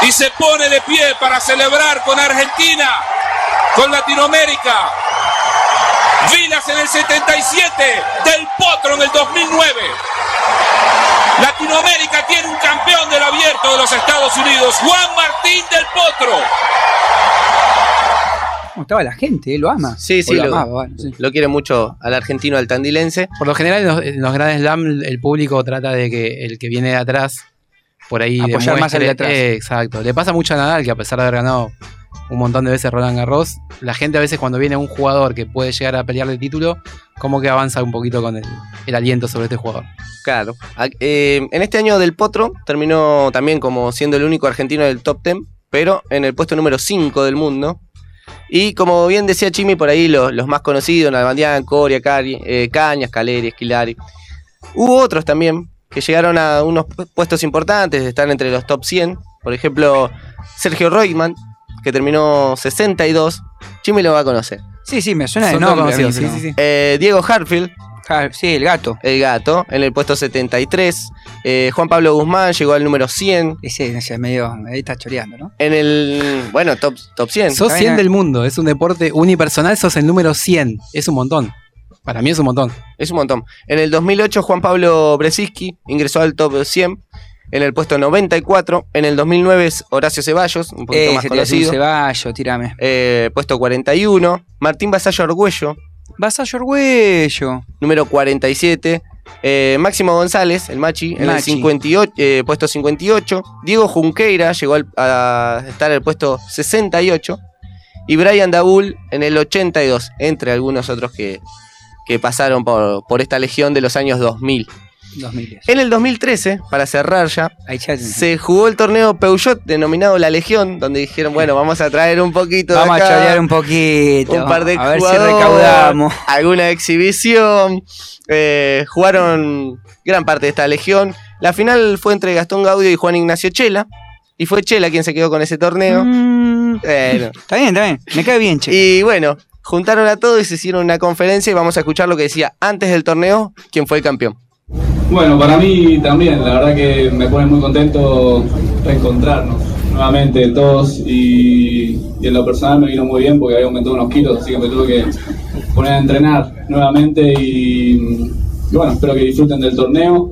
y se pone de pie para celebrar con Argentina, con Latinoamérica. Vilas en el 77, Del Potro en el 2009. Latinoamérica tiene un campeón del abierto de los Estados Unidos, Juan Martín Del Potro.
¿Cómo estaba la gente? eh? Lo ama.
Sí, sí,
O lo,
lo,
amaba, bueno.
lo quiere mucho al argentino, al tandilense.
Por lo general, en los, en los Grand Slam, el público trata de que el que viene de atrás, por ahí.
Apoyar
demuestre-
más al de atrás.
Eh, exacto. Le pasa mucho a Nadal, que a pesar de haber ganado un montón de veces Roland Garros, la gente a veces cuando viene un jugador que puede llegar a pelear el título, como que avanza un poquito con el, el aliento sobre este jugador.
Claro. A- eh, en este año Del Potro terminó también como siendo el único argentino del top 10, pero en el puesto número 5 del mundo. Y como bien decía Chimi, por ahí los, los más conocidos, Nalbandián, Coria, Cari, eh, Cañas, Caleri, Esquilari. Hubo otros también que llegaron a unos pu- puestos importantes, están entre los top 100. Por ejemplo, Sergio Reutemann, que terminó 62. Chimi lo va a conocer.
Sí, sí, me suena de
Son todos
nombre. a mí,
conocidos, Eh, sí,
pero-
sí, sí. Eh, Diego Harfield. sí, el gato. El gato, en el puesto 73. Eh, Juan Pablo Guzmán llegó al número 100. Ese, medio, ahí está choreando, ¿no? En el, bueno, top, top 100.
Sos 100 del mundo, es un deporte unipersonal, sos el número 100, es un montón. Para mí es un montón.
Es un montón. En el 2008 Juan Pablo Brzezinski ingresó al top 100 en el puesto 94. En el 2009 es Horacio Ceballos, un poquito
Eh,
más
se te hace un
conocido.
Ceballo, tirame.
Eh, puesto 41. Martín Basallo Argüello.
Basallo Argüello.
Número 47. Eh, Máximo González, el Machi, en el
Machi.
58, eh, puesto 58. Diego Junqueira llegó al- a estar en el puesto 68. Y Brian Daul en el 82, entre algunos otros que, que pasaron por, por esta legión de los años 2000.
2010.
En el 2013, para cerrar ya, se jugó el torneo Peugeot denominado La Legión, donde dijeron, bueno, vamos a traer un poquito de
Vamos a
acá,
chorear un poquito.
un par de
a ver si
jugadores,
recaudamos.
alguna exhibición. Eh, jugaron gran parte de esta Legión. La final fue entre Gastón Gaudio y Juan Ignacio Chela. Y fue Chela quien se quedó con ese torneo.
Mm. Está bien, está bien. Me cae bien, Chela.
Y bueno, juntaron a todos y se hicieron una conferencia y vamos a escuchar lo que decía antes del torneo, quién fue el campeón.
Bueno, para mí también, la verdad que me pone muy contento reencontrarnos nuevamente todos y, y en lo personal me vino muy bien porque había aumentado unos kilos, así que me tuve que poner a entrenar nuevamente y, y bueno, espero que disfruten del torneo.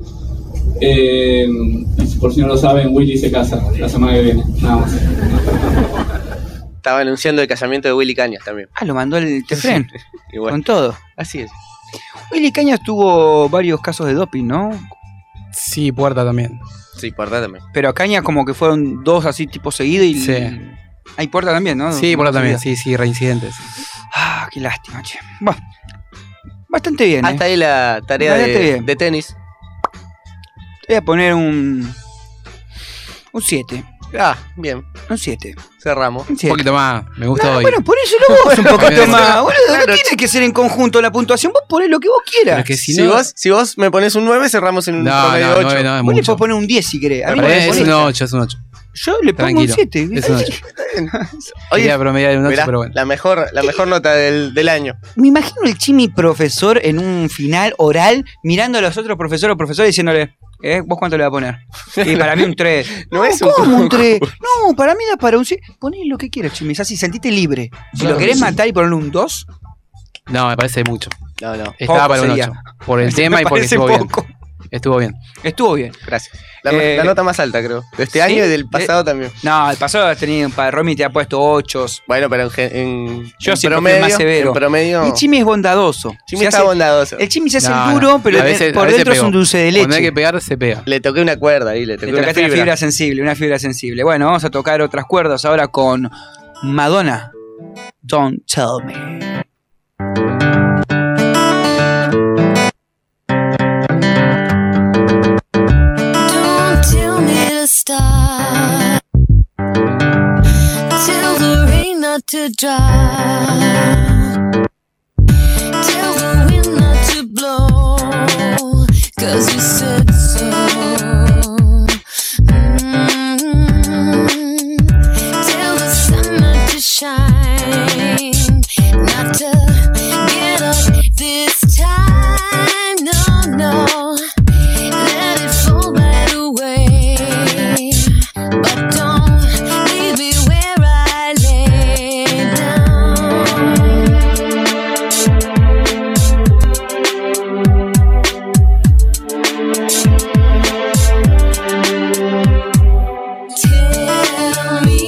Eh, y por si no lo saben, Willy se casa la semana que viene, nada más.
Estaba anunciando el casamiento de Willy Cañas también.
Ah, lo mandó el Tefren.
Y bueno,
Con todo.
Así es.
Willy Cañas tuvo varios casos de doping, ¿no?
Sí, Puerta también.
Sí, Puerta también.
Pero a Cañas como que fueron dos así tipo seguido y...
Sí.
Hay Puerta también, Ah, ¿no?
Sí, Puerta también,
Seguida.
sí, sí, reincidentes.
Ah, qué lástima, che. Bah, bastante bien.
Hasta
eh.
ahí la tarea
Bastante
de,
bien.
de tenis.
Te voy a poner un... Un 7.
Ah, bien.
Un 7.
Cerramos.
Un
Un
7.
poquito más, me gustó
Ah,
hoy.
bueno, ponéselo vos un poquito
Bueno,
más, boludo.
claro.
No tiene que ser en conjunto la puntuación. Vos ponés lo que vos quieras.
si, vos, si vos me pones un 9, cerramos en un
No,
promedio
no,
8.
nueve no, es
Vos le
mucho.
podés poner un 10 si querés. A mí
Para
me
mí es
molesta.
un 8, es un 8.
Yo le pongo
Tranquilo.
un 7.
Es un 8.
Oye,
Quería promediar un 8,
mirá,
pero bueno.
la, mejor, la mejor nota del, del año.
Me imagino el chimi profesor en un final oral mirando a los otros profesores o profesores diciéndole, ¿eh? ¿Vos cuánto le vas a poner? Y para mí un 3.
No es un
¿Cómo un
concurso.
3? No, para mí da para un 7. Poné lo que quieras, chimi. Así sentite libre. Si
Claro
lo
que
querés
sí.
matar y ponerle un 2,
No, me parece mucho.
No, no.
Estaba
Poco
para un
sería.
8. Por el
Me
tema y porque
parece
estuvo
poco.
bien. Estuvo bien.
estuvo bien.
Gracias. La,
Eh,
la nota más alta, creo. De este
¿sí?
año y del
De-
pasado también.
No, el pasado has tenido, para Romy te ha puesto 8.
Bueno, pero en, gen- en-
Yo
en
siempre fui el
promedio.
más severo.
En promedio.
El chimi es bondadoso.
Chimi
Se
está
hace-
bondadoso.
El chimi se hace
No,
el duro,
no.
pero
A veces-
por
a veces
dentro es
pego.
un dulce de
Cuando hay
leche.
que pegar, se pega.
Le toqué una cuerda ahí, le
Te
toqué una
tocaste
fibra.
una fibra sensible, una fibra sensible. Bueno, vamos a tocar otras cuerdas ahora con Madonna. Don't tell me.
Don't tell me to stop. Tell the rain not to drop. Tell the wind not to blow. Cause you said so. Mm. Mm-hmm. Tell the sun not to shine. Not to get up this time. No, no. Let it fall right away. But don't leave me where I lay down. Tell me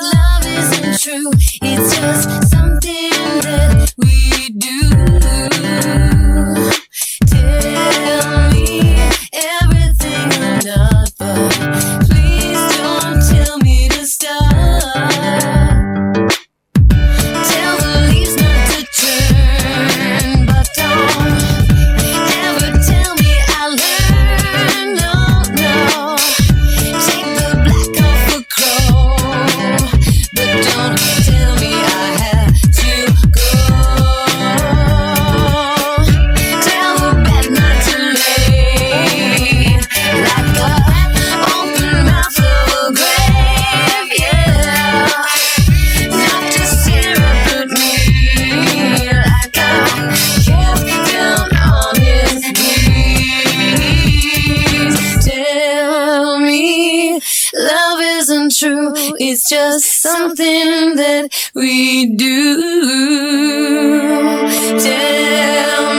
love isn't true. It's just something that we do. Tell me everything or nothing. Please don't tell me to stop. Tell the leaves not to turn, but don't ever tell me I learned. No, no. Take the black off the crow, but don't tell me I have to go. Tell the bed not to lay like a open mouth of a grave, yeah. Not to stare up at me like I'm kept down on his knees. Tell me love isn't true. It's just something that we do. Tell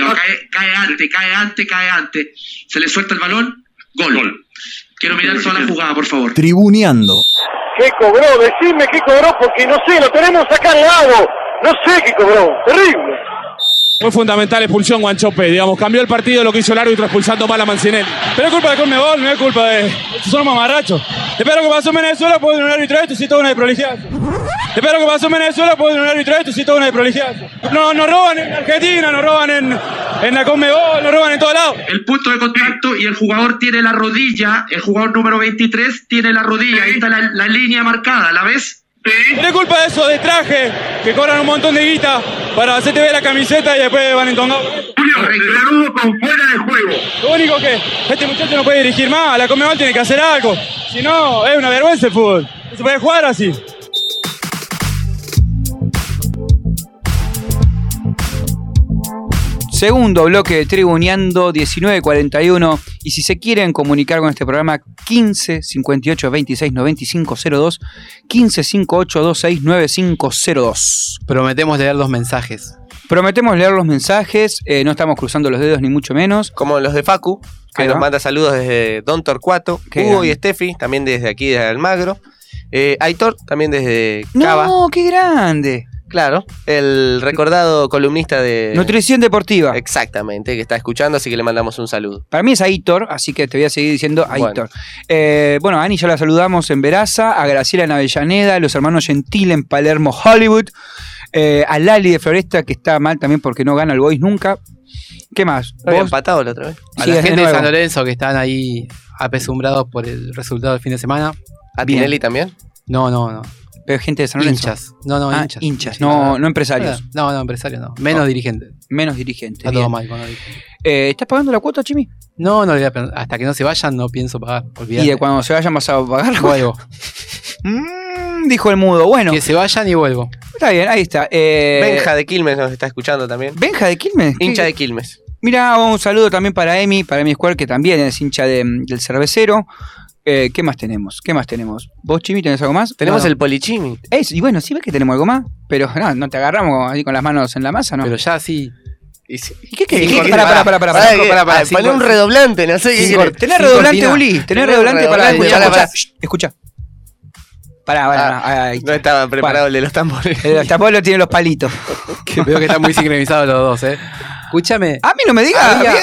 cae antes, cae antes. Se le suelta el balón, gol. Quiero mirar toda la jugada, por favor.
Tribuneando.
¿Qué cobró? Decime qué cobró, porque no sé, lo tenemos acá al lado. No sé qué cobró. Terrible.
Fue fundamental expulsión Guanchope, digamos, cambió el partido lo que hizo el árbitro expulsando mal a Mancinelli. Pero es culpa de Conmebol, no es culpa de... Son mamarrachos. Espero que pasó en Venezuela, puede tener un árbitro esto, sí, todo una desprolijidad. Espero que pasó en Venezuela, puede tener un árbitro esto, sí, todo una desprolijidad. No, nos roban en Argentina, nos roban en, en la Conmebol, nos roban en todos lados.
El punto de contacto y el jugador tiene la rodilla, el jugador número 23 tiene la rodilla, ahí está la, la línea marcada, ¿la ves?
No es culpa de esos de traje que cobran un montón de guita para hacerte ver la camiseta y después van entongados. Julio, con fuera de juego. Lo único que este muchacho no puede dirigir más, la Comebol tiene que hacer algo. Si no, es una vergüenza el fútbol. No se puede jugar así.
Segundo bloque de Tribuneando 1941. Y si se quieren comunicar con este programa, 15 58 26 95 02, 15 58 26 9502.
Prometemos leer los mensajes.
Prometemos leer los mensajes, eh, no estamos cruzando los dedos ni mucho menos.
Como los de Facu, que
Ahí
nos
va.
manda saludos desde Don Torcuato,
Qué
Hugo
grande.
y Steffi, también desde aquí, desde Almagro. Eh, Aitor, también desde Cava.
No, qué grande.
Claro, el recordado columnista de...
Nutrición deportiva.
Exactamente, que está escuchando, así que le mandamos un saludo.
Para mí es Aitor, así que te voy a seguir diciendo
Bueno.
Aitor. Eh, Bueno, a Ani ya la saludamos en Veraza, a Graciela en Avellaneda, a los hermanos Gentil en Palermo, Hollywood, eh, a Lali de Floresta, que está mal también porque no gana el Boys nunca. ¿Qué más?
Había
¿Vos?
empatado la otra vez.
A
Sí,
la
de
gente de
nuevo.
San Lorenzo que están ahí apesumbrados por el resultado del fin de semana.
¿A
Bien.
Tinelli también?
No, no, no.
Pero gente de San Lorenzo.
Hinchas. No, no,
Ah,
hinchas. Ah,
hinchas, no- no empresarios.
No, no, empresarios no. Menos
No.
dirigentes.
Menos dirigentes.
Está todo
bien.
mal con los dirigentes.
Eh, ¿Estás pagando la cuota, Chimi?
No, no le voy a pe- Hasta que no se vayan, no pienso pagar.
Y de cuando se vayan vas a pagar la cuota.
Vuelvo.
Mm, dijo el mudo. Bueno.
Que se vayan y vuelvo.
Está bien, ahí está. Eh,
Benja de Quilmes nos está escuchando también.
Benja de Quilmes. ¿Qué-
Hincha de Quilmes.
Mira, un saludo también para Emi, para Emi Square, que también es hincha de- del cervecero. Eh, ¿Qué más tenemos? ¿Qué más tenemos? ¿Vos, Chimi, tenés algo más?
Tenemos el
Polichimi. y bueno, sí ves que tenemos algo más, pero no, no te agarramos ahí con las manos en la masa, ¿no? Pero
ya sí.
¿Y,
qué
Sí,
querés?
cortina,
Pará, pará,
pará, pará,
pará, pará, pará,
que-
pará, pará,
ah,
sin
poné
cor-
un redoblante, no sé qué
sin
querés.
cor- Tenés
Sin
redoblante,
cortina.
Uli. Tenés
Tenés
redoblante para
redoblante,
escuchar.
pará,
Escucha,
pará. Ah,
escucha. Pará, pará,
No estaba preparado el de los tambores.
El tapón lo tiene los palitos.
Que veo que están muy sincronizados los dos, ¿eh? Escúchame.
A mí Ah, no me digas.
Había-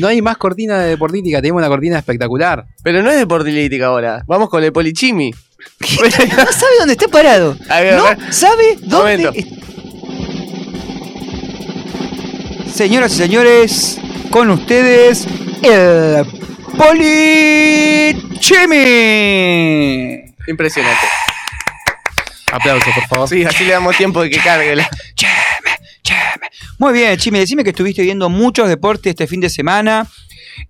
No hay más cortina de deportística. Tenemos una cortina espectacular.
Pero no es de política ahora. Vamos con el polichimi.
no sabe dónde está parado.
No
sabe dónde Señoras y señores, con ustedes el Polichimi.
Impresionante.
Aplausos, por favor.
Sí, así le damos tiempo de que cargue. la-
Muy bien, Chimi, decime que estuviste viendo muchos deportes este fin de semana,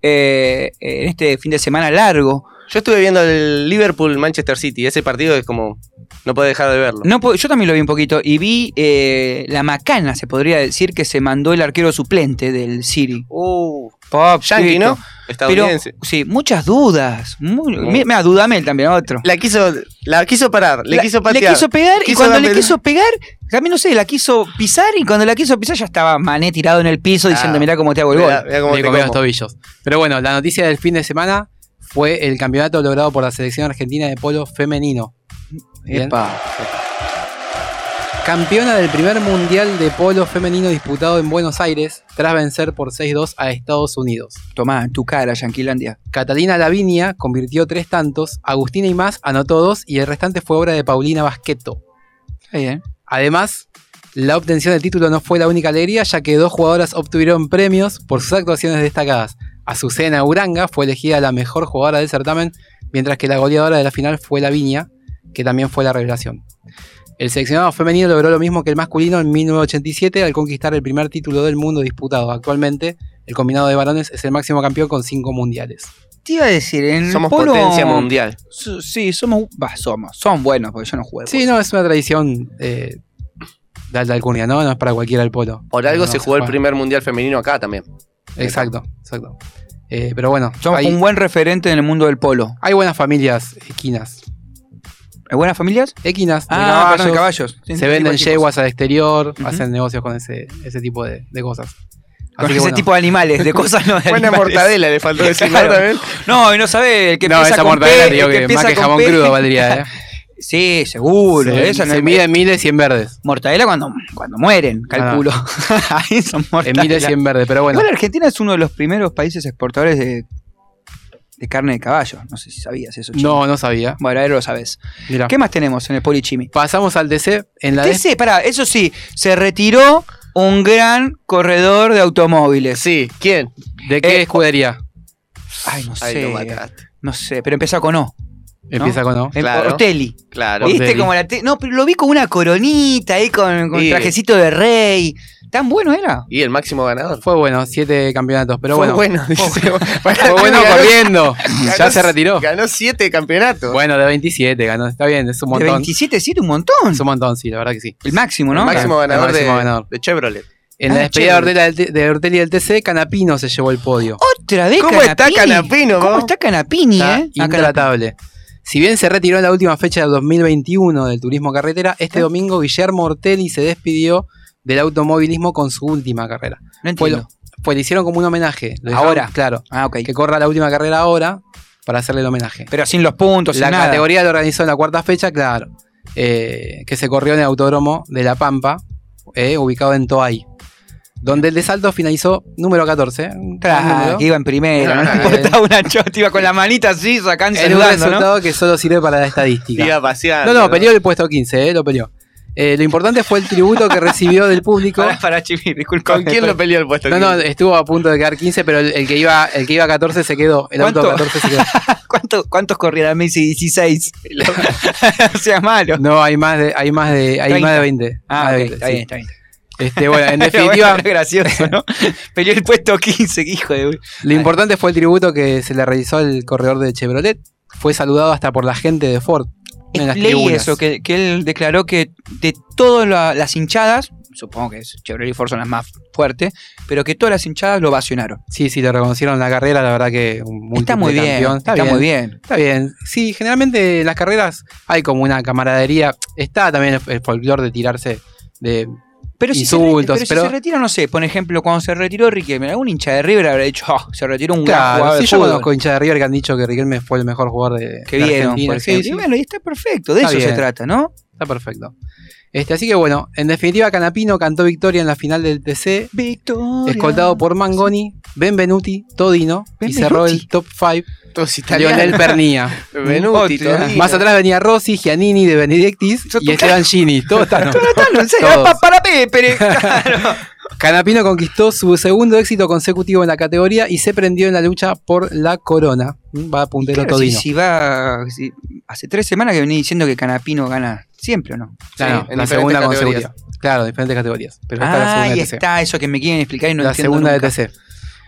eh, en este fin de semana largo.
Yo estuve viendo el Liverpool-Manchester City. Ese partido es como. No puedo dejar de verlo.
No, puedo- yo también lo vi un poquito y vi eh, la macana, se podría decir, que se mandó el arquero suplente del City.
Uh,
Pop,
Yankee, ¿no? Estadounidense.
sí, muchas dudas. Muy, mi- Mira, dudamel también, otro.
La quiso, la quiso parar, le
La-
quiso patear.
Le quiso pegar y
Quiso
cuando le
darle-
quiso pegar, también no sé, la quiso pisar y cuando la quiso pisar ya estaba Mané tirado en el
Ah,
piso diciendo, mirá cómo te hago el gol.
Me comió los tobillos. Pero bueno, la noticia del fin de semana fue el campeonato logrado por la selección argentina de polo femenino. Bien.
Epa.
Campeona del primer mundial de polo femenino disputado en Buenos Aires tras vencer por 6-2 a Estados Unidos.
Tomá, en tu cara, Yanquilandia.
Catalina Lavinia convirtió tres tantos, Agustina Imaz anotó dos y el restante fue obra de Paulina Basqueto.
Está bien.
Además, la obtención del título no fue la única alegría, ya que dos jugadoras obtuvieron premios por sus actuaciones destacadas. Azucena Uranga fue elegida la mejor jugadora del certamen, mientras que la goleadora de la final fue Lavinia, que también fue la revelación. El seleccionado femenino logró lo mismo que el masculino en 1987 al conquistar el primer título del mundo disputado. Actualmente, el combinado de varones es el máximo campeón con cinco mundiales.
Te iba a decir, en
Somos
polo-
potencia mundial.
Su- Sí, somos, bah, somos, son buenos porque yo no jugué.
Sí, no, es una tradición eh, de alta alcurnia, ¿no? No es para cualquiera el polo.
Por algo
No,
se jugó el
juega.
primer mundial femenino acá también.
Exacto, exacto. Eh, pero bueno,
Somos
hay,
un buen referente en el mundo del polo.
hay buenas familias equinas.
¿Hay buenas familias?
Equinas. de
Ah, perdón, de caballos.
Se
Sí, tipo
venden
de chicos.
yeguas al exterior,
Ujú.
hacen negocios con ese, ese tipo de, de cosas.
Con
que
ese
bueno.
tipo de animales, de cosas no de
Buena
animales.
mortadela le faltó decir, ¿no? También.
No, y no sabe el que
No,
empieza
esa
con
mortadela,
P,
digo
el
que
empieza
más que
con
jamón
P.
crudo valdría, ¿eh?
Sí, seguro.
Se-
esa no
se
es-
mide en miles y en verdes. Ah.
Mortadela cuando, cuando mueren, calculo. Ahí son mortadelas.
miles y en verdes, pero bueno.
Igual Argentina es uno de los primeros países exportadores de, de carne de caballo. No sé si sabías eso, chico.
No, no sabía.
Bueno, ahora lo sabes.
Mirá.
¿Qué más tenemos en el Polichimi?
Pasamos al DC en la D.
TC, pará, eso sí, se retiró un gran corredor de automóviles.
Sí, ¿quién?
¿De qué escudería?
Ay, no sé.
Ay, lo mataste.
no sé, pero empezó con O.
Empieza con O.
Em-
Claro.
Ortelli.
Claro.
¿Viste
Ortelli.
como la te- No, pero lo vi con una coronita ahí, con, con
Sí.
trajecito de rey. Tan bueno era.
Y el máximo ganador.
Fue bueno, siete campeonatos, pero
Fue
bueno.
bueno, dice.
Fue bueno
Ganó-
corriendo.
ganó-
ya se retiró.
Ganó siete campeonatos.
Bueno, de 27 ganó. Está bien, es un
De
montón.
27, 7, un montón.
Es un montón, sí, la verdad que sí.
El máximo,
El
¿no?
máximo
El
ganador,
máximo
de,
ganador.
de Chevrolet.
En la
Ah,
despedida de
chévere.
Ortela del T- de Ortelli del TC, Canapino se llevó el podio.
Otra vez
¿Cómo está
Canapini.
Canapino,
¿Cómo
no?
está Canapini,
Está
eh? A Canapini.
intratable. Si bien se retiró en la última fecha del 2021 del turismo carretera,
¿Eh?
este domingo Guillermo Ortelli se despidió del automovilismo con su última carrera.
No
Fue,
entiendo.
lo- fue- le hicieron como un homenaje. Lo dejaron-
Ahora.
Claro.
Ah, ok.
Que corra la última carrera ahora para hacerle el homenaje.
Pero sin los puntos, sin
la
nada.
categoría lo organizó en la cuarta fecha, claro. eh, que se corrió en el autódromo de La Pampa, eh, ubicado en Toay. Donde el de salto finalizó número 14. un gran
Tra,
número.
que iba en primero, no le
Ah,
importaba una chota, iba con la manita así, sacando
Era un
saludando, ¿no?
resultado que solo sirve para la estadística.
Iba paseando.
No, no, peleó el puesto 15, eh, lo peleó. Eh, lo importante fue el tributo que recibió del público.
Para, para Chimi, disculpa.
¿Con quién lo peleó el puesto?
No, no, estuvo a punto de quedar 15, pero el, el que iba el que iba a 14 se quedó. El auto
¿Cuánto?
14 se quedó.
¿Cuánto- ¿Cuántos corrieron? Me dice 16. no seas malo.
No, hay más de, hay más de, hay
30.
más de 20.
Ah,
más de
ok,
20,
está
sí.
bien, está bien.
Este, bueno, en
Bueno,
definitiva,
era gracioso, ¿no? Peleó el puesto 15, que hijo de.
lo importante fue el tributo que se le realizó al corredor de Chevrolet. Fue saludado hasta por la gente de Ford. En las
Leí
tribunas.
eso, que, que él declaró que de todas la- las hinchadas, supongo que es Chevrolet y Ford son las más fuertes, pero que todas las hinchadas lo vacionaron.
Sí, sí, lo reconocieron en la carrera, la verdad que un
Está muy
múltiple
bien,
campeón.
está, muy bien.
Está bien. Sí, generalmente en las carreras hay como una camaradería. Está también el, el folclore de tirarse de
Pero si,
insultos.
se, re- pero si
pero
se retira, no sé, por ejemplo, cuando se retiró Riquelme, algún hincha de River habrá dicho, "Ah, se retiró un gran
claro,
jugador
sí,
de
yo
fútbol".
conozco hinchas de River que han dicho que Riquelme fue el mejor jugador de,
que
de
vieron,
Argentina.
por
Sí,
ejemplo.
sí,
Y bueno, y está perfecto, de
Está
eso se
bien.
trata, ¿no?
está perfecto. Este, así que bueno, en definitiva, Canapino cantó victoria en la final del TC,
Victoria.
escoltado por Mangoni, Benvenuti, Todino, y
Benvenuti.
cerró el top 5
Todos italianos.
Lionel Pernía.
Benuti,
Otro.
Todino.
Más atrás venía Rossi, Giannini de Benedictis y Esteban Gini. Todos están.
Tratalo, en serio,
Todos.
pa- para Pepe. Claro.
Canapino conquistó su segundo éxito consecutivo en la categoría y se prendió en la lucha por la corona. Va puntero
Claro, si,
Todino.
si va. si- hace tres semanas que venís diciendo que Canapino gana siempre, ¿o no?
Claro,
en
la
diferentes
segunda
categorías.
consecutiva. Claro, diferentes categorías. Pero esta es la
ah,
segunda
ahí
de TC.
está eso que me quieren explicar y no
la
entiendo.
segunda
nunca.
de TC.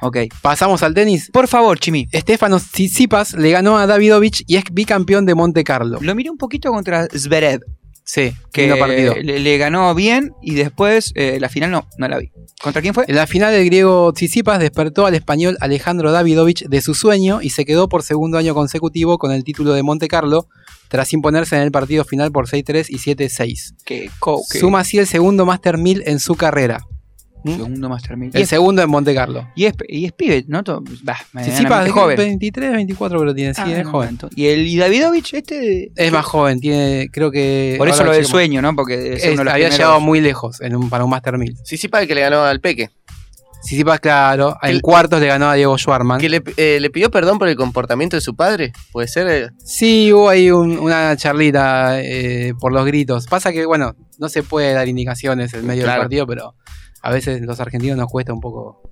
Ok.
Pasamos al tenis.
Por favor, Chimi.
Estefano Tsitsipas le ganó a Davidovich y es bicampeón de Monte Carlo.
Lo miré un poquito contra Zverev,
Sí,
que
lindo partido.
Le, le ganó bien y después eh, la final no, no la vi. ¿Contra quién fue?
En la final, el griego Tsitsipas despertó al español Alejandro Davidovich de su sueño y se quedó por segundo año consecutivo con el título de Monte Carlo, tras imponerse en el partido final por 6-3 y 7-6.
Que co- que-
Suma así el segundo Master 1000 en su carrera. ¿Mm?
Segundo más termina. Y
El
es,
segundo en Monte Carlo.
y es, y es pibe, ¿no? To- Bah, me
Tsitsipas
es
es
joven.
23, 24 pero tiene, sí,
Ah,
es
no,
joven.
tanto. Y el y Davidovich, este.
Es más joven, tiene, creo que...
Por eso
ahora
lo del
chequeamos.
sueño, ¿no? Porque debe ser
Es-
Este,
uno de los
había
primeros.
llegado muy lejos en un, para un Master 1000.
Sí, sí, para el que le ganó al Peque.
Tsitsipas, claro, en
El-
cuartos le ganó a Diego Schwarman.
Que le, eh, le pidió perdón por el comportamiento de su padre. Puede ser. eh,
Sí, hubo ahí un- una charlita eh, por los gritos. Pasa que, bueno, no se puede dar indicaciones en medio
Claro.
del partido, pero a veces los argentinos nos cuesta un poco.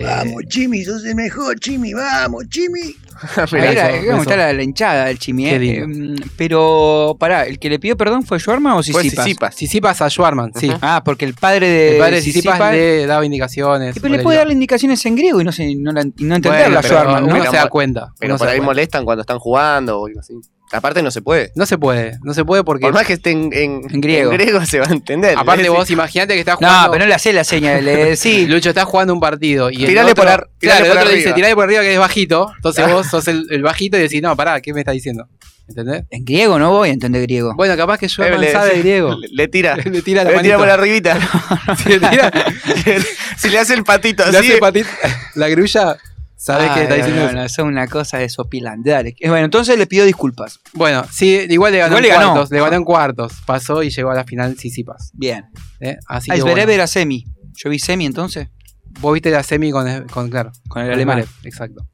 eh,
Jimmy, sos el mejor, Jimmy, vamos, Jimmy.
Ahí
Mirá,
era,
eso,
digamos,
eso.
está la, la hinchada del Chimi,
Qué
eh.
lindo.
Eh, Pero, pará, ¿el que le pidió perdón fue
Ah,
Schwarman o
Fue
Sisipas?
Tsitsipas.
Tsitsipas a Schwarman, sí.
Ujú.
Ah, porque el padre de
El padre de
Tsitsipas-
Tsitsipas le daba indicaciones.
Pero le
por
puede
el-
darle indicaciones en griego y no, se, no, la- y no
Bueno,
entenderla
pero
Schwarman, ¿no?
uno
Pero
se da
por-
cuenta.
Pero por
uno se da
ahí
cuenta.
molestan cuando están jugando o algo así. Aparte, no se puede.
No se puede, no se puede porque.
Por más que estén en,
En griego.
se va a entender.
Aparte,
Es
vos
decir,
imaginate que estás jugando.
No, pero no le hace la seña, le
Sí,
decís.
Lucho, estás jugando un partido. Y el
Tirale
otro-
por ar- tirale
Claro, el
por
otro
arriba.
dice, tirale por arriba que es bajito. Entonces vos sos el, el bajito y decís, no, pará, ¿qué me está diciendo? ¿Entendés?
En griego no voy a entender griego.
Bueno, capaz que yo
Eh, le-
sabe griego.
Le, le tira.
Le tira la
Le
manito.
tira por arribita.
Si le tira-
si le hace el patito así.
le hace patita- la grulla, sabés
Ah,
que está
no,
diciendo.
no, no, eso es una cosa de sopilandar. Eh, Bueno, entonces le pidió disculpas.
Bueno, sí, igual le ganó
Igual
en
le ganó. Ah.
cuartos. Le ganó en cuartos. Pasó y llegó a la final Sisipas.
Bien.
¿Eh? Así
Ah,
que
Zverev
bueno.
era semi. Yo vi semi entonces.
Vos viste la semi con, con claro,
Con el alemán.
Zverev, Exacto.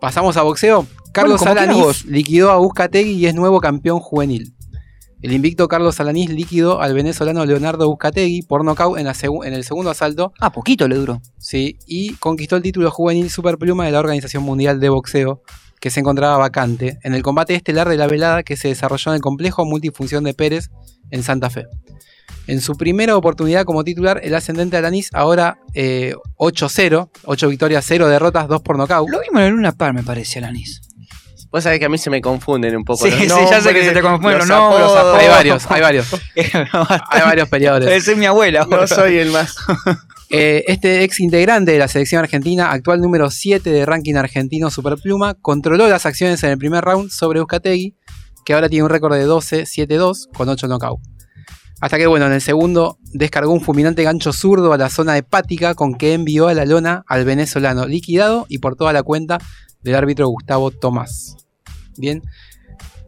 Pasamos a boxeo. Carlos
como quieras
Alanís
vos.
liquidó a Buscategui y es nuevo campeón juvenil. El invicto Carlos Alanís liquidó al venezolano Leonardo Buscategui por nocaut en, la segu- en el segundo asalto.
Ah, poquito le duró.
Sí, y conquistó el título juvenil superpluma de la Organización Mundial de Boxeo, que se encontraba vacante, en el combate estelar de la velada que se desarrolló en el complejo multifunción de Pérez en Santa Fe. En su primera oportunidad como titular, el ascendente Alanis ahora eh, 8-0, 8 victorias, 0 derrotas, 2 por nocaut.
Lo mismo en el Luna Par, me parece, Alanis.
Vos sabés que a mí se me confunden un poco.
Sí,
los
sí, ya sé que
nombres,
se te confunden los
apodos.
nombres, los apodos.
Hay varios, hay varios. hay varios peleadores.
Ese es mi abuela.
No soy el más.
Eh, este ex integrante de la selección argentina, actual número 7 de ranking argentino Superpluma, controló las acciones en el primer round sobre Euskategui, que ahora tiene un récord de 12-7-2 con 8 knockout. Hasta que, bueno, en el segundo descargó un fulminante gancho zurdo a la zona hepática con que envió a la lona al venezolano, liquidado y por toda la cuenta del árbitro Gustavo Tomás. Bien.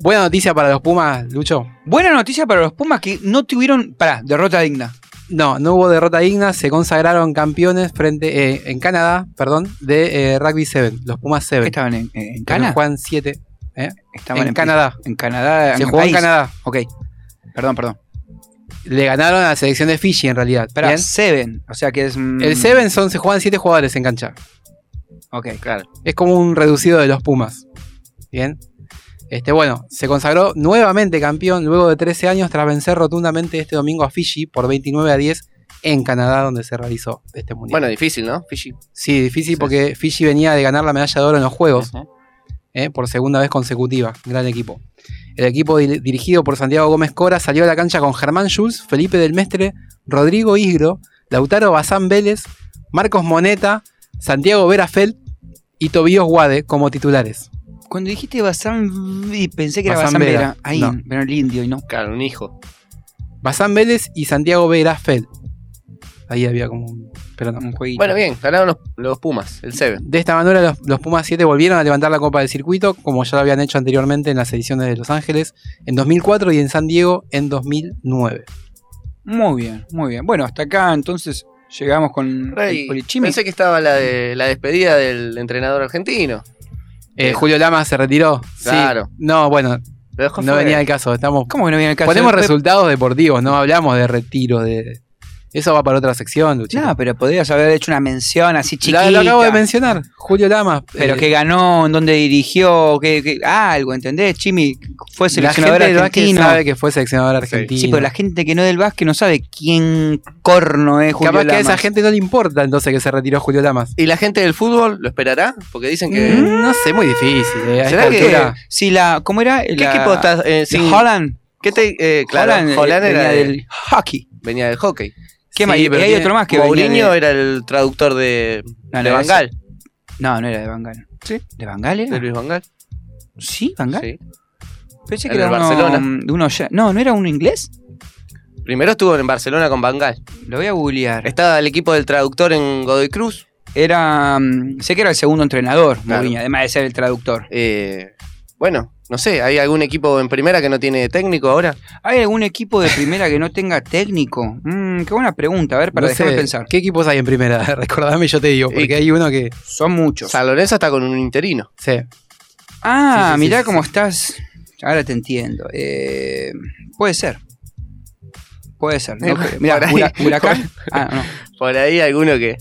Buena noticia para los Pumas, Lucho.
Buena noticia para los Pumas que no tuvieron, pará, derrota digna.
No, no hubo derrota digna, se consagraron campeones frente eh, en Canadá, perdón, de eh, Rugby 7, los Pumas 7.
estaban en, Cana?
Juan 7. ¿eh?
Estaban
en Canadá.
En Canadá.
Se
mi
jugó en
país.
Canadá.
Ok. Perdón, perdón.
Le ganaron a la selección de Fiji en realidad.
Espera,
¿bien?
Seven. O sea que es. mm,
El 7 son, se juegan 7 jugadores en cancha.
Ok.
Claro.
Es como un reducido de los Pumas. Bien. Este, bueno, se consagró nuevamente campeón luego de 13 años tras vencer rotundamente este domingo a Fiji por 29 a 10 en Canadá donde se realizó este mundial.
Bueno, difícil, ¿no? Fishy.
Sí, difícil porque Fiji venía de ganar la medalla de oro en los Juegos eh, por segunda vez consecutiva. Gran equipo. El equipo di- dirigido por Santiago Gómez Cora salió a la cancha con Germán Jules, Felipe del Mestre, Rodrigo Isgro, Lautaro Bazán Vélez, Marcos Moneta, Santiago Verafel y Tobíos Guade como titulares.
Cuando dijiste Bazán, y pensé que era
Bazán
Bazán
Vera.
Vera. Ahí,
No.
pero el indio y no.
Claro, un hijo.
Bazán Vélez y Santiago Verafel. Ahí había como un. Pero no.
Bueno, bien, ganaron los, los Pumas, el 7.
De esta manera los, los Pumas 7 volvieron a levantar la Copa del Circuito, como ya lo habían hecho anteriormente en las ediciones de Los Ángeles en 2004 y en San Diego en 2009.
Muy bien, muy bien. Bueno, hasta acá entonces llegamos con
Rey,
el Polichimi.
pensé que estaba la, de, la despedida del entrenador argentino.
Eh, Julio Lama se retiró. Sí.
Claro.
No, bueno,
Lo dejó
no
fuera.
venía el caso. Estamos,
¿Cómo que no viene el caso?
Ponemos
Después-
resultados deportivos, no hablamos de retiro. de Eso va para otra sección, Luchito.
No, pero podrías haber hecho una mención así chiquita.
La- lo acabo de mencionar, Julio Lama.
Pero
eh,
que ganó, en dónde dirigió, que, que- algo, ¿entendés? Chimi fue
la
seleccionador
gente del básquet
argentino.
sabe que fue seleccionador argentino.
Sí, pero la gente que no es del básquet no sabe quién corno es Julio
Capaz que a
Lamas.
esa gente no le importa entonces que se retiró Julio Lamas. Eh,
¿Y la gente del fútbol lo esperará? Porque
Mm.
dicen que.
No sé, muy difícil. eh, a
¿Será
esta
que-
altura.
Si la, ¿cómo era? Ah,
¿Qué equipo está, eh, sin-
Holland.
¿Qué te, eh, claro,
Holland, eh,
Holland, era
venía
de-
del hockey.
venía del hockey.
¿Qué más? Y
pero
hay
tiene-
otro más que venía
Mourinho
de-
era el traductor de,
No, no
de
era
Bangal.
No, no era de Bangal.
¿Sí?
¿De Bangal era?
De Luis Bangal.
Sí, Bangal.
Sí.
Pensé que
En
era
el
uno-
Barcelona.
de uno ya- No, ¿no era un inglés?
Primero estuvo en Barcelona con Bangal.
Lo voy a googlear.
Estaba el equipo del traductor en Godoy Cruz.
Era. mm, Sé que era el segundo entrenador,
Claro.
Mourinho, además de ser el traductor.
Eh, bueno, no sé, ¿hay algún equipo en primera que no tiene técnico ahora?
¿Hay algún equipo de primera que no tenga técnico? Mm, qué buena pregunta, a ver, para
No
dejarme
sé,
pensar.
¿Qué equipos hay en primera? Recordame, yo te digo, porque hay uno que.
Son muchos.
San Lorenzo está con un interino.
Sí.
Ah,
Sí, sí,
mirá
sí,
cómo estás. Ahora te entiendo. Eh, puede ser. Puede ser. No
Eh,
creo. Mirá,
por ahí,
Hura- Huracán. Ah, no.
Por ahí alguno que,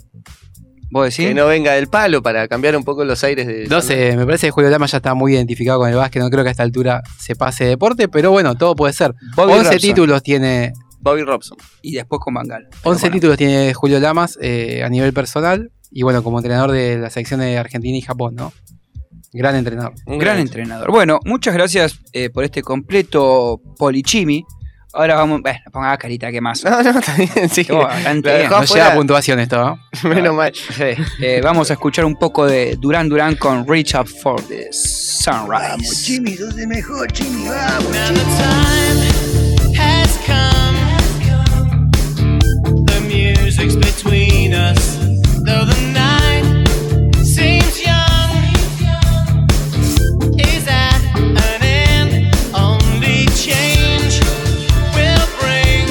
¿Vos decís?
que no venga del palo para cambiar un poco los aires de.
No sé, me parece que Julio Lama ya está muy identificado con el básquet. No creo que a esta altura se pase de deporte, pero bueno, todo puede ser.
Bobby
11
Robson.
títulos tiene.
Bobby Robson.
Y después con Bangal.
11 títulos tiene Julio Lamas eh, a nivel personal y bueno, como entrenador de la selección de Argentina y Japón, ¿no? Gran entrenador.
Un gran entrenador. Bueno, muchas gracias eh, por este completo polichimi. Ahora vamos. Bueno, ponga carita que más. No,
no, está bien, sí. Lo dejó
No llega a
fuera.
puntuación esto, ¿no?
Menos mal.
Eh, vamos a escuchar un poco de Duran Duran con Reach Up for the Sunrise.
Jimmy, sos el mejor, Jimmy,
Now the time has come. The music's between us. Though the night seems young, is at an end. Only change will bring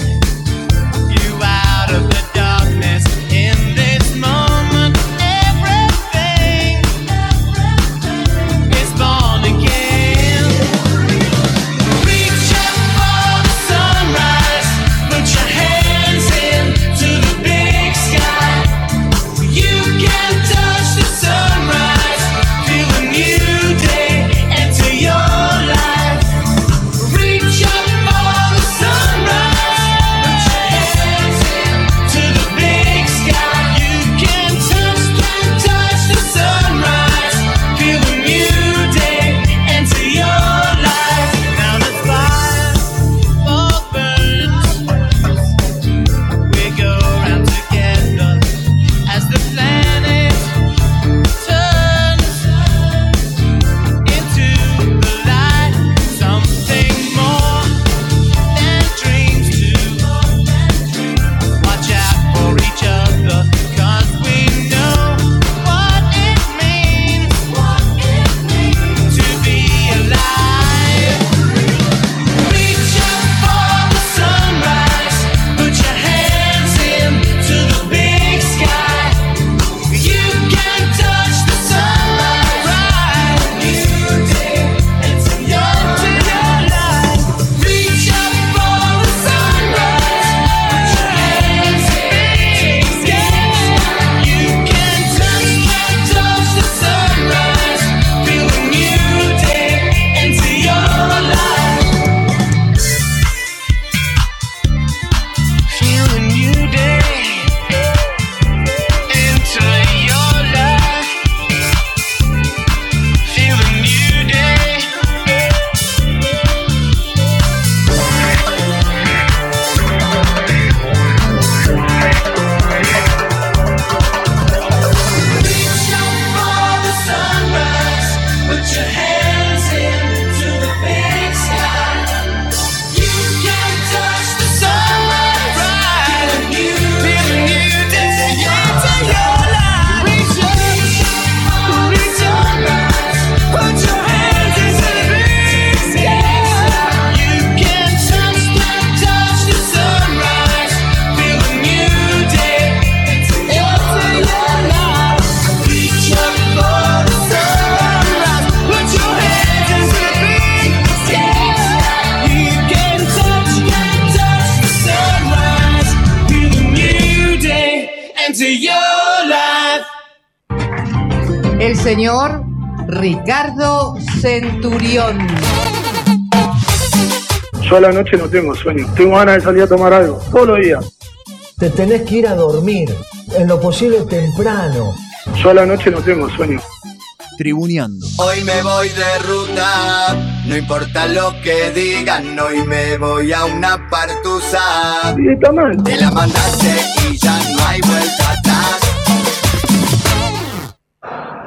you out of the darkness. In this moment, everything is born again. Reach up for the sunrise, put your hands in to the big sky. You can touch the sunrise, feel a new day enter your life. Reach up for the sunrise, put your hands in to the big sky. You can touch, can touch the sunrise, feel a new day enter your life. Now the fire all burns. We go round together as the planet turns into the light. Something more than dreams to watch out for each other. 'cause we know what it means to be alive. Reach up for the sunrise, put your hands in to the big sky. You can touch the sunrise, new day into your life. Reach up for the sunrise, put your hands in to the sky. You can touch, can touch the sunrise, feel a new day into your life. Feel a new day into your life. Feel a new day. Reach out for the sunrise. Put your hands into the big sky. You can touch the sunrise. Feel a new day. Into your life. Reach out, reach out. Put your hands into the big sky. You can touch, touch, touch the sunrise. Feel a new day. Into your life. Reach out for the sunrise. Put your hands into the big sky. You can touch, can touch the sunrise. Feel a new day. Into your life.
El señor Ricardo Centurión.
Yo a la noche no tengo sueño. Tengo ganas de salir a tomar algo. Todos los días.
Te tenés que ir a dormir, en lo posible temprano.
Yo a la noche no tengo sueño.
Tribuneando.
Hoy me voy de ruta, no importa lo que digan, hoy me voy a una partusa. Te la mandaste y ya no hay vuelta atrás.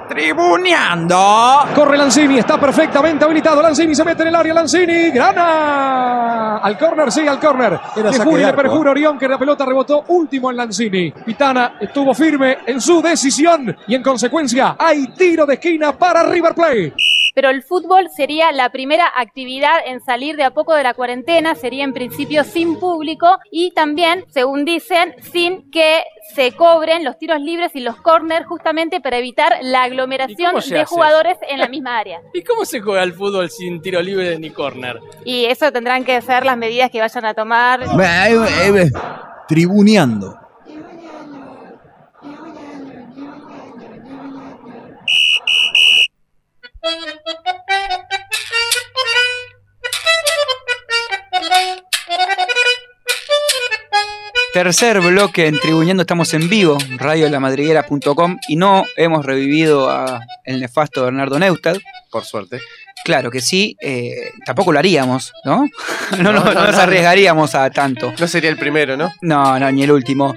Tribuneando. Corre Lanzini, está perfectamente habilitado. Lanzini se mete en el área. Lanzini, grana. Al córner, sigue al córner.
Era
Le
saque
jura
de
y le
arco,
perjura
¿eh?
Orión que la pelota rebotó último en Lanzini. Pitana estuvo firme en su decisión y en consecuencia hay tiro de esquina para River Plate.
pero el fútbol sería la primera actividad en salir de a poco de la cuarentena, sería en principio sin público y también, según dicen, sin que se cobren los tiros libres y los corners justamente para evitar la aglomeración
cómo se
de
hace
jugadores en la misma área.
¿Y cómo se juega al fútbol sin tiro libre ni córner?
Y eso tendrán que ser las medidas que vayan a tomar.
Tribuneando.
Tercer bloque en Tribuñando, estamos en vivo, radiolamadriguera.com y no hemos revivido a el nefasto Bernardo Neustad.
Por suerte.
Claro que sí, eh, tampoco lo haríamos, ¿no? No,
No,
no,
no,
no nos
no.
arriesgaríamos a tanto.
No sería el primero, ¿no?
No, no, ni el último.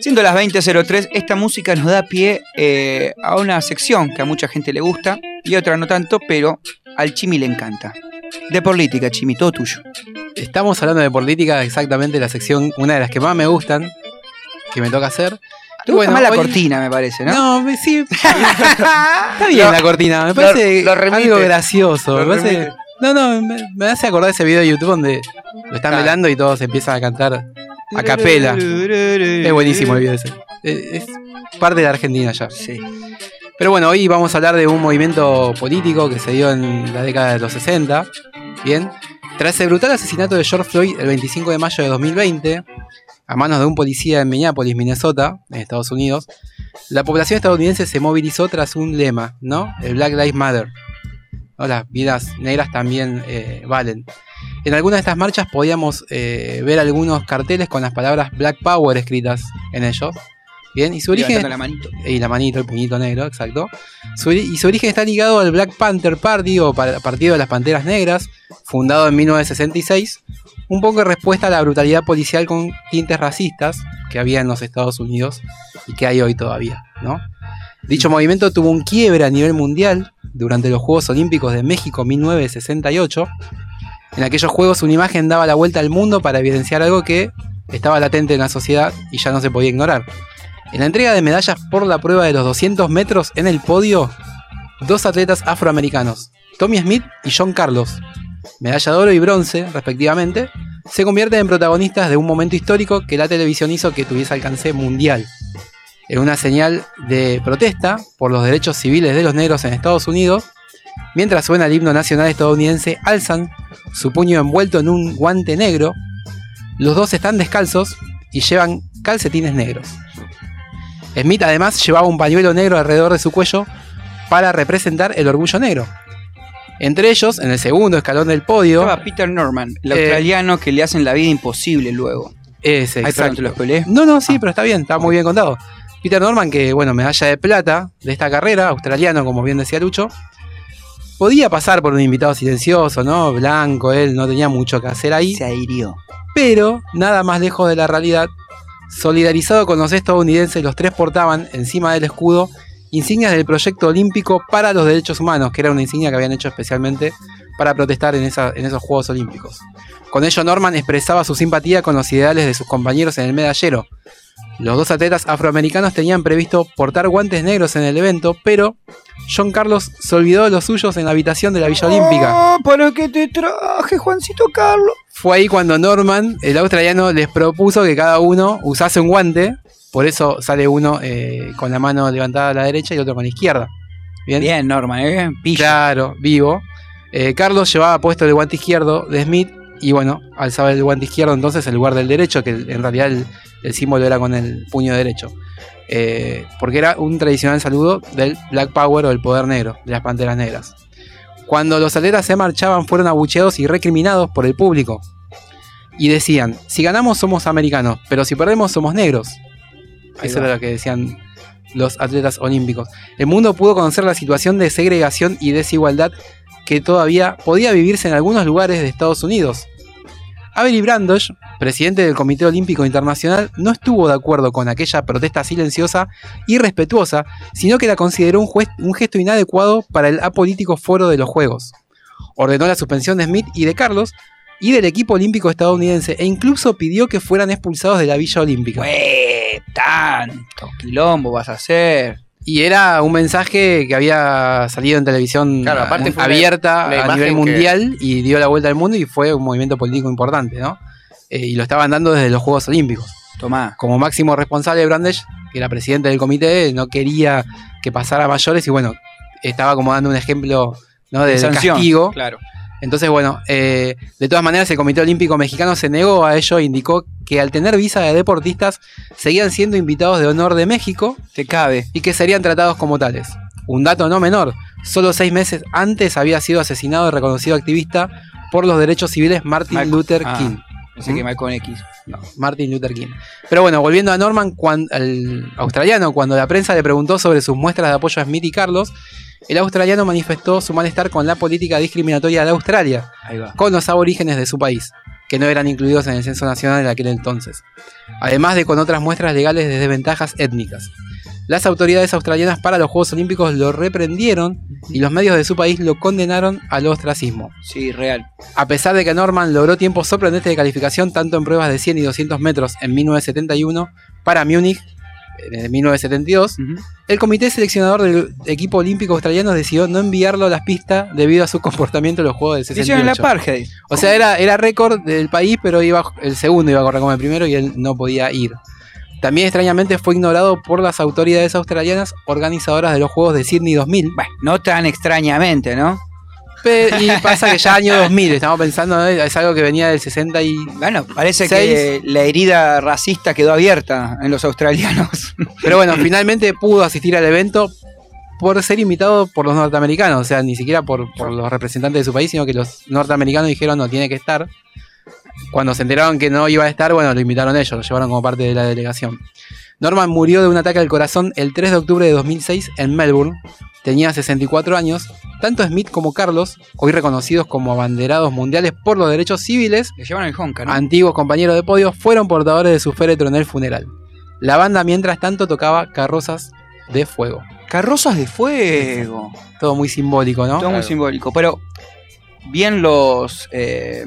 Siendo las 20.03, esta música nos da pie eh, a una sección que a mucha gente le gusta y a otra no tanto, pero al Chimi le encanta. De política, Chimi, todo tuyo.
Estamos hablando de política, exactamente la sección, una de las que más me gustan, que me toca hacer.
Te gusta más la cortina, me parece, ¿no?
No, sí. Está bien
No,
la cortina, me
lo-
parece
lo remite.
algo gracioso.
Lo
me parece-
remite.
no, no, me, me hace acordar ese video de YouTube donde lo están velando y todos empiezan a cantar a capela.
eh,
Es buenísimo el video ese. Es, es parte de la Argentina ya.
Sí.
Pero bueno, hoy vamos a hablar de un movimiento político que se dio en la década de los 60. Bien. Tras el brutal asesinato de George Floyd el 25 de mayo de 2020, a manos de un policía en Minneapolis, Minnesota, en Estados Unidos, la población estadounidense se movilizó tras un lema, ¿no? El Black Lives Matter. ¿no? Las vidas negras también eh, valen. En algunas de estas marchas podíamos eh, ver algunos carteles con las palabras Black Power escritas en ellos. Bien, y su origen.
Levantando la manito.
Y la manito, el puñito negro, exacto. Su ori- y su origen está ligado al Black Panther Party o par- Partido de las Panteras Negras, fundado en 1966, un poco en respuesta a la brutalidad policial con tintes racistas que había en los Estados Unidos y que hay hoy todavía, ¿no? Dicho movimiento tuvo un quiebre a nivel mundial durante los Juegos Olímpicos de México 1968. En aquellos juegos una imagen daba la vuelta al mundo para evidenciar algo que estaba latente en la sociedad y ya no se podía ignorar. En la entrega de medallas por la prueba de los 200 metros en el podio, dos atletas afroamericanos, Tommy Smith y John Carlos, medalla de oro y bronce respectivamente, se convierten en protagonistas de un momento histórico que la televisión hizo que tuviese alcance mundial. En una señal de protesta por los derechos civiles de los negros en Estados Unidos, mientras suena el himno nacional estadounidense, alzan su puño envuelto en un guante negro. Los dos están descalzos y llevan calcetines negros. Smith además llevaba un pañuelo negro alrededor de su cuello para representar el orgullo negro. Entre ellos, en el segundo escalón del podio.
Estaba Peter Norman, el
Eh,
australiano que le hacen la vida imposible luego.
Ese,
Ahí,
exacto.
perdón, te lo spoileé. Ah.
No, no, sí, pero está bien, está muy bien contado. Peter Norman, que bueno, medalla de plata de esta carrera, australiano, como bien decía Lucho, podía pasar por un invitado silencioso, ¿no? Blanco, él no tenía mucho que hacer ahí. Se
adhirió.
Pero, nada más lejos de la realidad, solidarizado con los estadounidenses, los tres portaban encima del escudo insignias del proyecto olímpico para los derechos humanos, que era una insignia que habían hecho especialmente para protestar en, esa- en esos Juegos Olímpicos. Con ello, Norman expresaba su simpatía con los ideales de sus compañeros en el medallero. Los dos atletas afroamericanos tenían previsto portar guantes negros en el evento, pero John Carlos se olvidó de los suyos en la habitación de la Villa Olímpica.
Oh, ¿Para qué te traje, Juancito Carlos?
Fue ahí cuando Norman, el australiano, les propuso que cada uno usase un guante. Por eso sale uno eh, con la mano levantada a la derecha y otro con la izquierda. Bien,
Norman, ¿eh?
Claro, vivo. Eh, Carlos llevaba puesto el guante izquierdo de Smith y bueno, alzaba el guante izquierdo entonces en lugar del derecho, que en realidad el, el símbolo era con el puño derecho. Eh, porque era un tradicional saludo del Black Power o el poder negro, de las panteras negras. Cuando los atletas se marchaban fueron abucheados y recriminados por el público. Y decían, si ganamos somos americanos, pero si perdemos somos negros.
Ahí
Eso
va.
era lo que decían los atletas olímpicos. El mundo pudo conocer la situación de segregación y desigualdad que todavía podía vivirse en algunos lugares de Estados Unidos. Avery Brandosh, presidente del Comité Olímpico Internacional, no estuvo de acuerdo con aquella protesta silenciosa y respetuosa, sino que la consideró un, juez- un gesto inadecuado para el apolítico foro de los Juegos. Ordenó la suspensión de Smith y de Carlos y del equipo olímpico estadounidense e incluso pidió que fueran expulsados de la Villa Olímpica.
Eh, tanto quilombo vas a hacer.
Y era un mensaje que había salido en televisión
Claro, aparte
a-
fue una-
abierta
una
a
imagen
nivel
que-
mundial y dio la vuelta al mundo y fue un movimiento político importante, ¿no? Eh, y lo estaban dando desde los Juegos Olímpicos.
Tomá.
Como máximo responsable de Brandes, que era presidente del comité, no quería que pasara a mayores y bueno, estaba como dando un ejemplo ¿no? de,
De
de
sanción,
castigo.
claro.
Entonces, bueno, eh, de todas maneras, el Comité Olímpico Mexicano se negó a ello e indicó que al tener visa de deportistas seguían siendo invitados de honor de México.
Te cabe.
Y que serían tratados como tales. Un dato no menor, solo seis meses antes había sido asesinado el reconocido activista por los derechos civiles Martin Luther King.
ah,
¿Mm?
Pensé que Malcolm X. No.
Martin Luther King. Pero bueno, volviendo a Norman, cuan- al australiano, cuando la prensa le preguntó sobre sus muestras de apoyo a Smith y Carlos, el australiano manifestó su malestar con la política discriminatoria de Australia,
Ahí va.
con los aborígenes de su país, que no eran incluidos en el censo nacional en aquel entonces, además de con otras muestras legales de desventajas étnicas. Las autoridades australianas para los Juegos Olímpicos lo reprendieron y los medios de su país lo condenaron al ostracismo.
Sí, real.
A pesar de que Norman logró tiempos sorprendentes de calificación tanto en pruebas de 100 y 200 metros en 1971 para Múnich eh, en 1972, el comité seleccionador del equipo olímpico australiano decidió no enviarlo a las pistas debido a su comportamiento en los Juegos del
Hicieron
68.
el apartheid.
O sea, era, era récord del país, pero iba el segundo iba a correr como el primero y él no podía ir. También extrañamente fue ignorado por las autoridades australianas organizadoras de los Juegos de Sydney 2000.
no tan extrañamente, ¿no?
y pasa que ya año 2000, estamos pensando, ¿eh? es algo que venía del 60 y...
Bueno, Parece que la herida racista quedó abierta en los australianos.
Pero bueno, finalmente pudo asistir al evento por ser invitado por los norteamericanos, o sea, ni siquiera por, por los representantes de su país, sino que los norteamericanos dijeron no tiene que estar. Cuando se enteraron que no iba a estar, bueno, lo invitaron ellos, lo llevaron como parte de la delegación. Norman murió de un ataque al corazón el 3 de octubre de 2006 en Melbourne. Tenía 64 años. Tanto Smith como Carlos, hoy reconocidos como abanderados mundiales por los derechos civiles,
Le llevaron el honka, ¿no?
antiguos compañeros de podio, fueron portadores de su féretro en el funeral. La banda, mientras tanto, tocaba carrozas de fuego.
Carrozas de fuego.
Todo muy simbólico, ¿no?
Todo muy simbólico. Pero bien los, eh,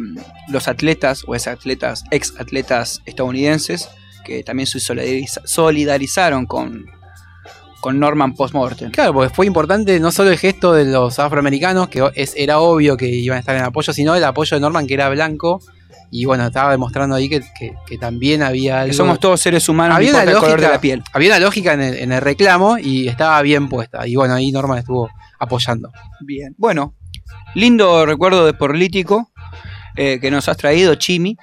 los atletas o ex atletas, ex atletas estadounidenses que también se solidariza- solidarizaron con, con Norman Postmortem.
Claro, porque fue importante no solo el gesto de los afroamericanos, que o- es, era obvio que iban a estar en apoyo, sino el apoyo de Norman, que era blanco. Y bueno, estaba demostrando ahí que, que- que también había algo.
Que somos todos seres humanos, no
había una
importa el
lógica,
color de la piel.
Había una lógica en el, en el reclamo y estaba bien puesta. Y bueno, ahí Norman estuvo apoyando.
Bien. Bueno, lindo recuerdo de Político eh, que nos has traído, Chimi.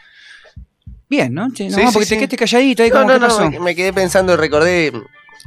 Bien, ¿no? Che, no,
Sí, sí,
porque
sí.
te quedaste calladito ahí
No,
como,
no,
¿qué
no,
pasó?
me- me quedé pensando, recordé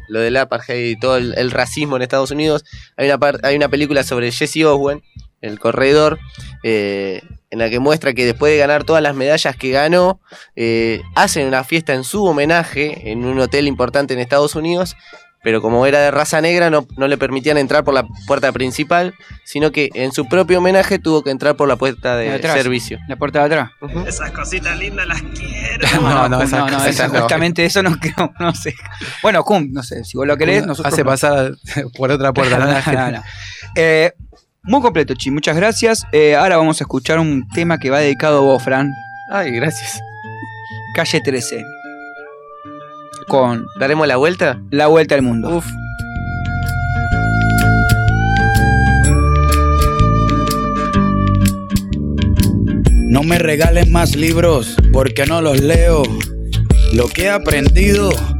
lo del apartheid y todo el, el racismo en Estados Unidos. Hay una, par- hay una película sobre Jesse Owen, El Corredor, eh, en la que muestra que después de ganar todas las medallas que ganó, eh, hacen una fiesta en su homenaje en un hotel importante en Estados Unidos. Pero como era de raza negra, no, no le permitían entrar por la puerta principal, sino que en su propio homenaje tuvo que entrar por la puerta de
Atrás,
servicio.
La puerta de atrás.
Esas cositas lindas las quiero.
No, no,
esas
no, no,
cosas
eso-
no.
justamente eso no creo, no sé. Bueno, Kun, no sé, si vos lo querés,
Kun
nosotros...
hace pasar por otra puerta,
No,
¿no?
no, no. Eh, muy completo, Chi, muchas gracias. Eh, ahora vamos a escuchar un tema que va dedicado a vos, Fran.
Ay, gracias.
Calle 13. Con...
¿Daremos la vuelta?
La vuelta al mundo. Uf.
No me regales más libros porque no los leo. Lo que he aprendido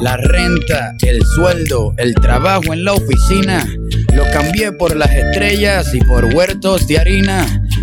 La renta, el sueldo, el trabajo en la oficina. Lo cambié por las estrellas y por huertos de harina.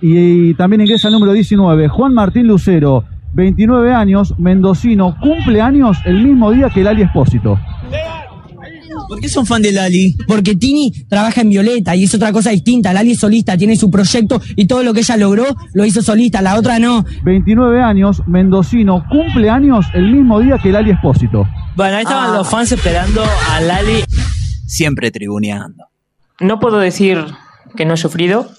y, y también ingresa el número 19, Juan Martín Lucero, 29 años, mendocino, cumple años el mismo día que Lali Espósito.
¿Por qué son fan de Lali? Porque Tini trabaja en Violeta y es otra cosa distinta. Lali es solista, tiene su proyecto y todo lo que ella logró lo hizo solista, la otra no.
29 años, mendocino, cumple años el mismo día que Lali Espósito.
Bueno, ahí estaban los fans esperando a Lali. Siempre tribuneando.
No puedo decir que no he sufrido.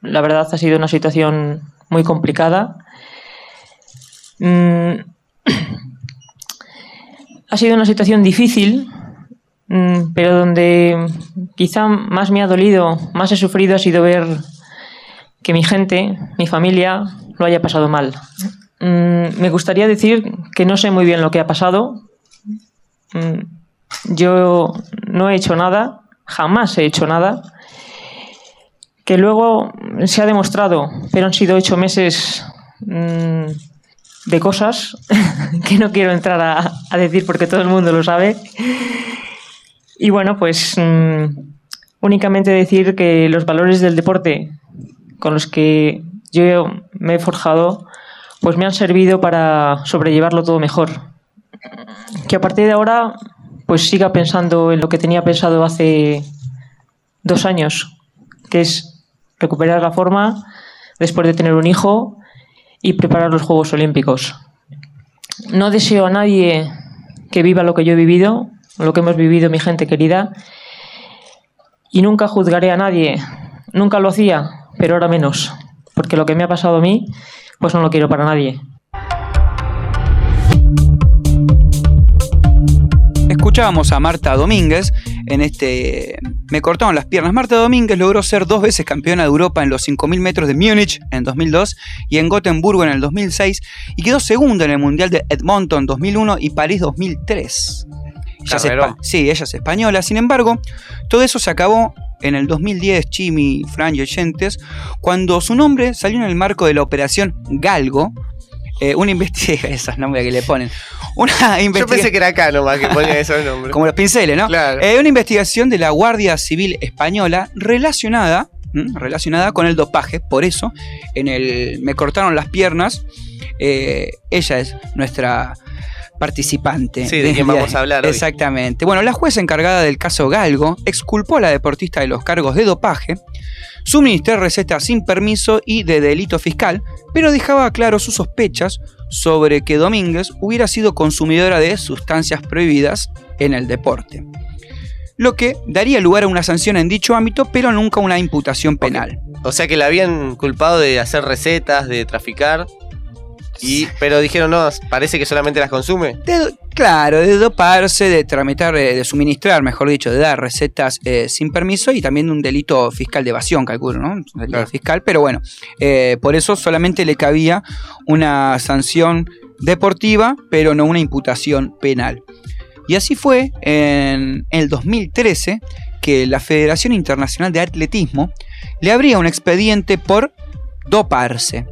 La verdad ha sido una situación muy complicada. Mm. Ha sido una situación difícil, mm, pero donde quizá más me ha dolido, más he sufrido ha sido ver que mi gente, mi familia, lo haya pasado mal. Mm, Me gustaría decir que no sé muy bien lo que ha pasado. Mm, Yo no he hecho nada, jamás he hecho nada que luego se ha demostrado, pero han sido ocho meses mm, de cosas que no quiero entrar a, a decir porque todo el mundo lo sabe. Y bueno, pues mm, únicamente decir que los valores del deporte con los que yo me he forjado, pues me han servido para sobrellevarlo todo mejor. Que a partir de ahora, pues siga pensando en lo que tenía pensado hace dos años, que es recuperar la forma después de tener un hijo y preparar los Juegos Olímpicos. No deseo a nadie que viva lo que yo he vivido, lo que hemos vivido mi gente querida, y nunca juzgaré a nadie. Nunca lo hacía, pero ahora menos, porque lo que me ha pasado a mí, pues no lo quiero para nadie.
Escuchábamos a Marta Domínguez en este Me cortaron las piernas. Marta Domínguez logró ser dos veces campeona de Europa en los 5000 metros de Múnich en 2002 y en Gotemburgo en el 2006 y quedó segunda en el Mundial de Edmonton 2001 y París 2003. Ella es
Carrerón.
espa- sí, ella es española. Sin embargo, todo eso se acabó en el 2010, Chimi, Fran y oyentes, cuando su nombre salió en el marco de la operación Galgo. eh, una investigación, esos nombres que le ponen. Una
Yo pensé que era acá nomás que ponía esos nombres.
Como los pinceles, ¿no? Eh, una investigación de la Guardia Civil Española relacionada, ¿m? relacionada con el dopaje. Por eso, en el Me cortaron las piernas, eh, ella es nuestra participante.
Sí, de quién vamos a hablar hoy.
Exactamente. Bueno, la jueza encargada del caso Galgo exculpó a la deportista de los cargos de dopaje, suministrar recetas sin permiso y de delito fiscal, pero dejaba claro sus sospechas sobre que Domínguez hubiera sido consumidora de sustancias prohibidas en el deporte. Lo que daría lugar a una sanción en dicho ámbito, pero nunca una imputación penal.
O sea que la habían culpado de hacer recetas, de traficar. Y, pero dijeron, no, parece que solamente las consume.
De do- claro, de doparse, de tramitar, eh, de suministrar, mejor dicho, de dar recetas eh, sin permiso y también un delito fiscal de evasión, calculo, ¿no? Un delito fiscal, pero bueno, eh, por eso solamente le cabía una sanción deportiva, pero no una imputación penal. Y así fue en el 2013 que la Federación Internacional de Atletismo le abría un expediente por doparse,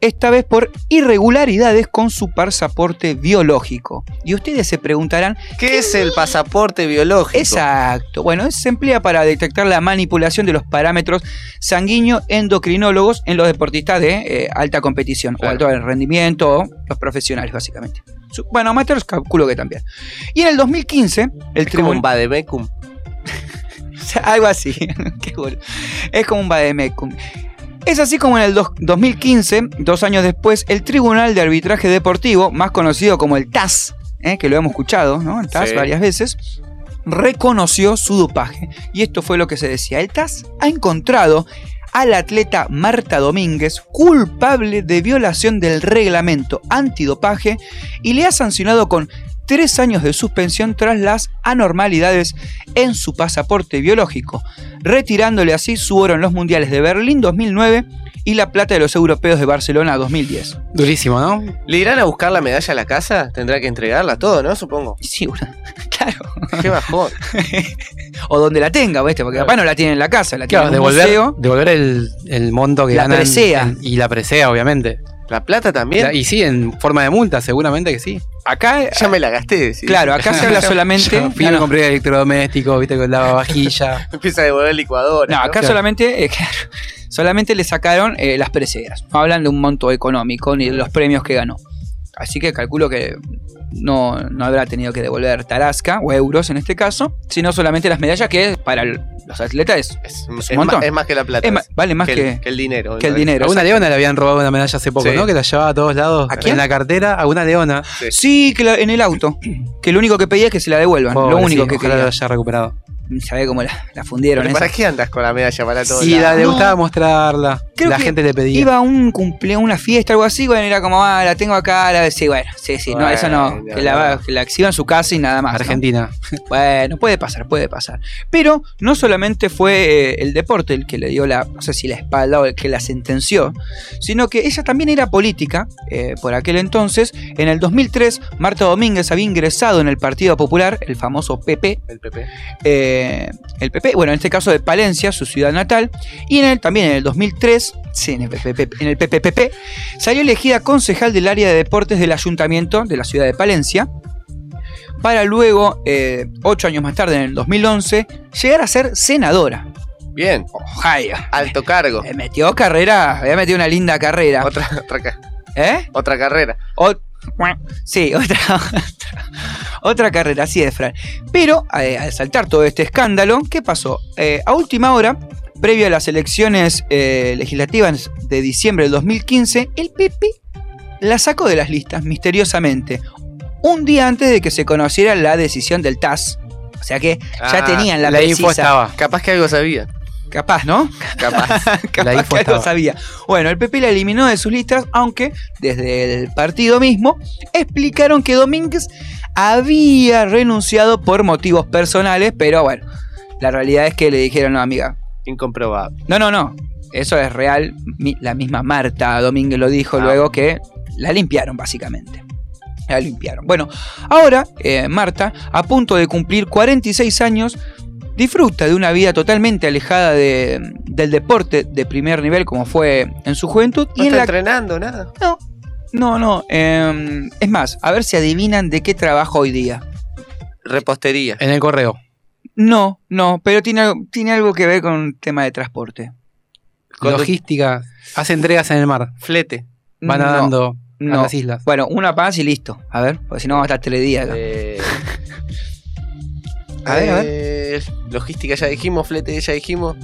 esta vez por irregularidades con su pasaporte biológico. Y ustedes se preguntarán,
¿qué es el pasaporte biológico?
Exacto, bueno, se emplea para detectar la manipulación de los parámetros sanguíneos endocrinólogos en los deportistas de eh, alta competición o alto rendimiento, o los profesionales básicamente. Su- Bueno, amateurs calculo que también. Y en el 2015, el tribunal... Algo así. Qué boludo. Es como un vademecum. Es así como en el dos- 2015, dos años después, el Tribunal de Arbitraje Deportivo, más conocido como el TAS, eh, que lo hemos escuchado, ¿no? El TAS
Sí.
varias veces, reconoció su dopaje. Y esto fue lo que se decía. El TAS ha encontrado al atleta Marta Domínguez culpable de violación del reglamento antidopaje y le ha sancionado con tres años de suspensión tras las anormalidades en su pasaporte biológico, retirándole así su oro en los mundiales de Berlín 2009 y la plata de los europeos de Barcelona 2010.
Durísimo, ¿no?
¿Le irán a buscar la medalla a la casa? Tendrá que entregarla todo, ¿no? Supongo.
Sí,
claro. Qué bajón.
O donde la tenga, ¿viste? porque capaz no la tiene en la casa, la tiene
Claro,
en un
devolver,
museo.
devolver el, el monto que
La
ganan
presea.
en- y la presea, obviamente.
La plata también.
y sí, en forma de multa, seguramente que sí.
Acá.
Ya me la gasté. sí.
Claro, acá se habla solamente-
Yo Fui a comprar electrodomésticos, viste, con lavavajilla.
Empieza a devolver licuadora.
No, acá solamente, eh, claro, solamente le sacaron eh, las preseas. No hablan de un monto económico ni de los premios que ganó. Así que calculo que no, no habrá tenido que devolver tarasca o euros en este caso, sino solamente las medallas que para el- los atletas es, un
es,
montón.
más, es más que la plata.
Es ma- vale más
el-
que-
el dinero.
que el
¿no?
dinero,
A una leona le habían robado una medalla hace poco,
Sí.
¿no? Que la llevaba a todos lados.
quién?
En la cartera, a una leona.
Sí, que la- en el auto. Que lo único que pedía es que se la devuelvan.
Pobre,
lo único
sí,
que
ojalá
quería.
lo haya recuperado.
Sabe cómo la, la fundieron.
Pero
esa.
¿Para qué andas con la medalla para todo?
Y la, le gustaba mostrarla.
Creo
la
que
gente le pedía.
Iba a un cumpleaños, una fiesta, algo así, bueno, era como, ah, la tengo acá, la sí, bueno, sí, sí, no,
Bueno,
eso no, que la, va- que la exhiba en su casa y nada más. ¿no?
Argentina.
Bueno, puede pasar, puede pasar. Pero no solamente fue eh, el deporte el que le dio la, no sé si la espalda o el que la sentenció, sino que ella también era política eh, por aquel entonces. En el 2003, Marta Domínguez había ingresado en el Partido Popular, el famoso PP,
El PP.
eh, el PP, bueno, en este caso de Palencia, su ciudad natal, y en el, también en el 2003, sí, en el, PPP, en el PPPP, salió elegida concejal del área de deportes del ayuntamiento de la ciudad de Palencia, para luego, eh, ocho años más tarde, en el 2011, llegar a ser senadora.
Bien. Alto cargo.
Le Eh, metió carrera, había metido una linda carrera.
Otra, otra, ca-
¿Eh?
otra carrera.
Ot- sí, otra, otra carrera, así es, Fran. Pero eh, al saltar todo este escándalo, ¿qué pasó? Eh, a última hora, previo a las elecciones eh, legislativas de diciembre del 2015, el PP la sacó de las listas misteriosamente, un día antes de que se conociera la decisión del TAS. O sea que ya
Ah,
tenían la,
la info
precisa.
estaba. Capaz que algo sabía.
Capaz, ¿no?
Capaz. info
Capaz que algo
estaba.
sabía. Bueno, el PP la eliminó de sus listas, aunque desde el partido mismo explicaron que Domínguez había renunciado por motivos personales, pero bueno, la realidad es que le dijeron, no, amiga.
Incomprobable.
No, no, no. Eso es real. Mi- La misma Marta Domínguez lo
Ah.
dijo luego que la limpiaron, básicamente. La limpiaron. Bueno, ahora eh, Marta, a punto de cumplir 46 años, disfruta de una vida totalmente alejada de- del deporte de primer nivel como fue en su juventud.
No
y en
está
la-
entrenando nada.
No. No, no. eh, es más, a ver si adivinan de qué trabaja hoy día.
Repostería.
En el correo.
No, no, pero tiene, algo- tiene algo que ver con tema de transporte.
Logística. Hace entregas en el mar.
Flete.
Van
No,
nadando a
no.
las islas.
Bueno, una paz y listo. A ver, porque si no vamos a estar tres días. acá. A ver, a ver.
Eh, logística ya dijimos, flete ya dijimos.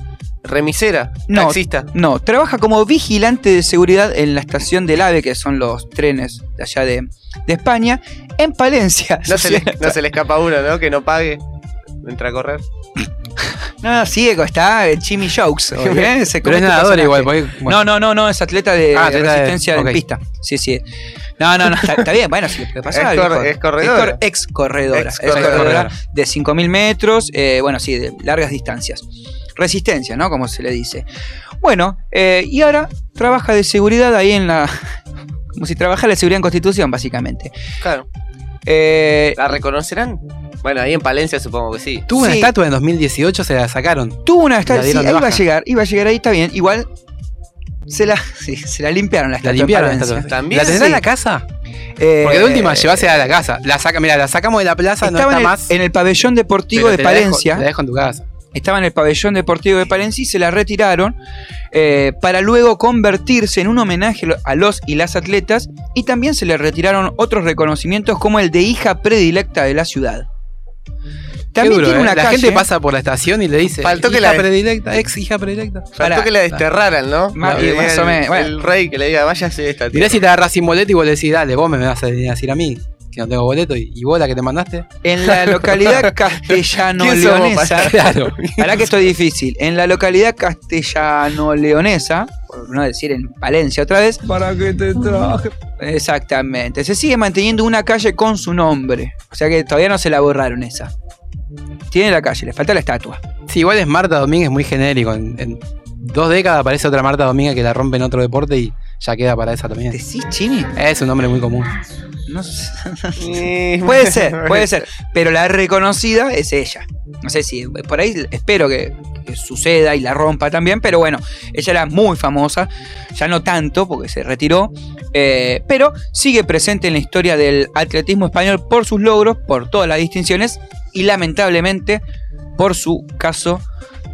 Remisera.
No,
Taxista.
no, trabaja como vigilante de seguridad en la estación del AVE, que son los trenes de allá de, de España, en Palencia.
No se, le, no se le escapa uno, ¿no? Que no pague. Entra a correr.
No, sí, está eh, Jimmy Jokes. hoy, ¿eh? Se
Pero es
come este
nadador
personaje.
igual. porque- bueno.
No, no, no, no, es atleta Eh, de
Ah, atleta de-
resistencia en
ok.
pista. Sí, sí. No, no, no, está, está bien, bueno, si le puede pasar.
Es cor-
viejo.
es corredora.
cor- ex corredora.
Ex
Ex corredora,
corredora.
de 5.000 metros, eh, bueno, sí, de largas distancias. Resistencia, ¿no? Como se le dice. Bueno, eh, y ahora trabaja de seguridad ahí en la... Como si trabajara de seguridad en Constitución, básicamente.
Claro. ¿La reconocerán? Bueno, ahí en Palencia supongo que sí.
Tuvo Eh, una
Sí.
estatua en 2018, se la sacaron.
Tuvo una
La
estatua, sí,
dieron de
ahí va a
baja.
llegar, iba a llegar ahí, está bien. Igual se la, sí, se la limpiaron la
La
estatua. en
limpiaron la
Palencia. Eh,
estatua. ¿La tendrá en la casa? Porque de última, llevásela a la casa. La saca, mira, la sacamos de la plaza, no
Estaba
está
en el,
más.
en el pabellón deportivo
Pero
de
te la dejo-
Palencia.
te la dejo en tu casa.
Estaba en el pabellón deportivo de Palencia y se la retiraron eh, para luego convertirse en un homenaje lo- a los y las atletas y también se le retiraron otros reconocimientos como el de hija predilecta de la ciudad. También
duro,
tiene
¿eh?
una
La
calle-
gente pasa por la estación y le dice.
Faltó que
"Hija
la-
predilecta, ex hija predilecta.
Faltó que la desterraran, ¿no?
Más-
Que
y más
diga
o
el-
menos, bueno.
El rey que le diga, váyase esta
Mirá si te agarras sin boleto y vos le decís, dale, vos me vas a decir a mí que no tengo boleto y, y vos la que te mandaste.
En la localidad castellano-leonesa. Para que esto es difícil. En la localidad castellano-leonesa, por no decir en Palencia otra vez. ¿Para que te traje? Exactamente. Se sigue manteniendo una calle con su nombre. O sea que todavía no se la borraron esa. Tiene la calle, le falta la estatua.
Sí, igual es Marta Domínguez muy genérico. En, en dos décadas aparece otra Marta Domínguez que la rompe en otro deporte y ya queda para esa también.
¿Sí, Chini?
Es un nombre muy común.
No sé. Eh, puede ser, puede ser. Pero la reconocida es ella. No sé si eh, por ahí espero que, que suceda y la rompa también, pero bueno, ella era muy famosa, ya no tanto porque se retiró, eh, pero sigue presente en la historia del atletismo español por sus logros, por todas las distinciones y lamentablemente por su caso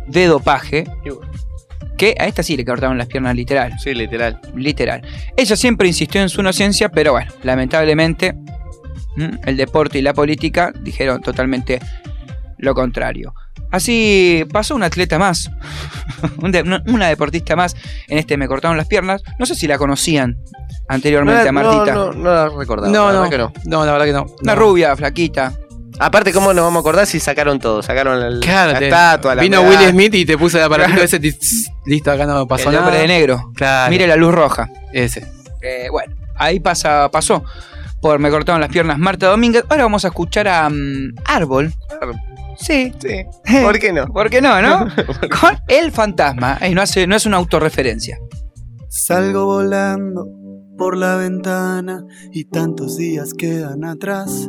de dopaje. Que a esta sí le cortaron las piernas literal.
Sí, literal.
Literal. Ella siempre insistió en su inocencia, pero bueno, lamentablemente ¿m? el deporte y la política dijeron totalmente lo contrario. Así pasó un atleta más, un de- una- una deportista más, en este me cortaron las piernas. No sé si la conocían anteriormente a Martita.
Eh, No, no, no la recordaba.
No,
la
no.
verdad que no.
No, la verdad que no.
Una rubia, flaquita.
Aparte, ¿cómo nos vamos a acordar si sacaron todo? Sacaron el,
Claro,
la
te-
estatua, la
vino
medalla.
Will Smith y te puso el aparatito ese. tis, Listo, acá no pasó
El
nada.
hombre de negro.
Claro.
Mire la luz roja.
Ese.
Eh, bueno, ahí pasa, pasó. Por me cortaron las piernas Marta Domínguez. Ahora vamos a escuchar a mm, Árbol. Sí.
sí. ¿Por qué no?
¿Por qué no, no? Con el fantasma. Ey, no, hace, no es una autorreferencia.
Salgo volando por la ventana y tantos días quedan atrás.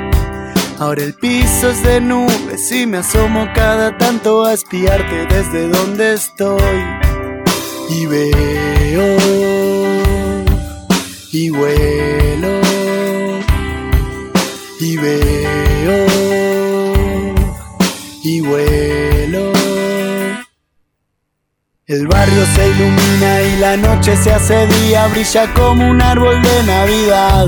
Ahora el piso es de nubes y me asomo cada tanto a espiarte desde donde estoy. Y veo y vuelo y veo y vuelo. El barrio se ilumina y la noche se hace día, brilla como un árbol de Navidad.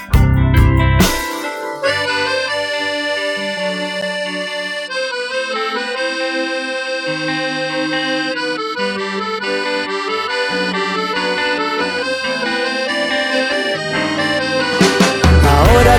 Ahora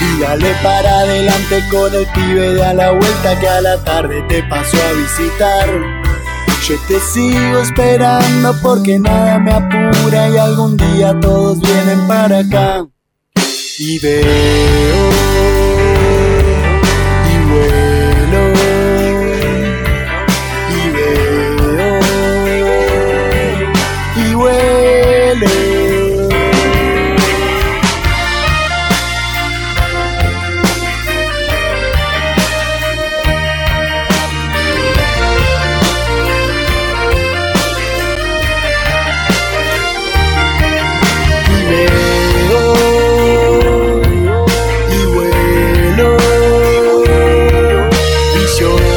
Y dale para adelante con el pibe de a la vuelta que a la tarde te paso a visitar. Yo te sigo esperando porque nada me apura y algún día todos vienen para acá. Y veo y vuelo y veo y vuelo. y veo y vuelo y lloro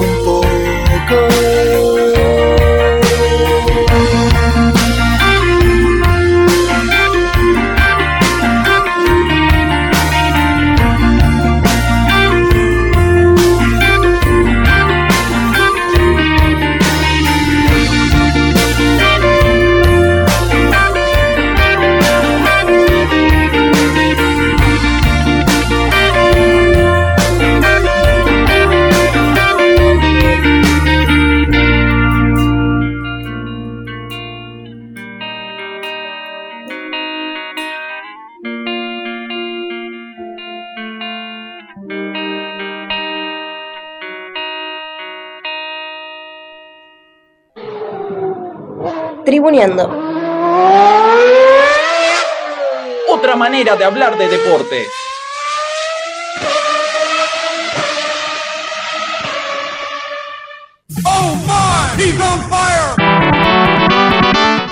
un
Tribuneando.
Otra manera de hablar de deporte.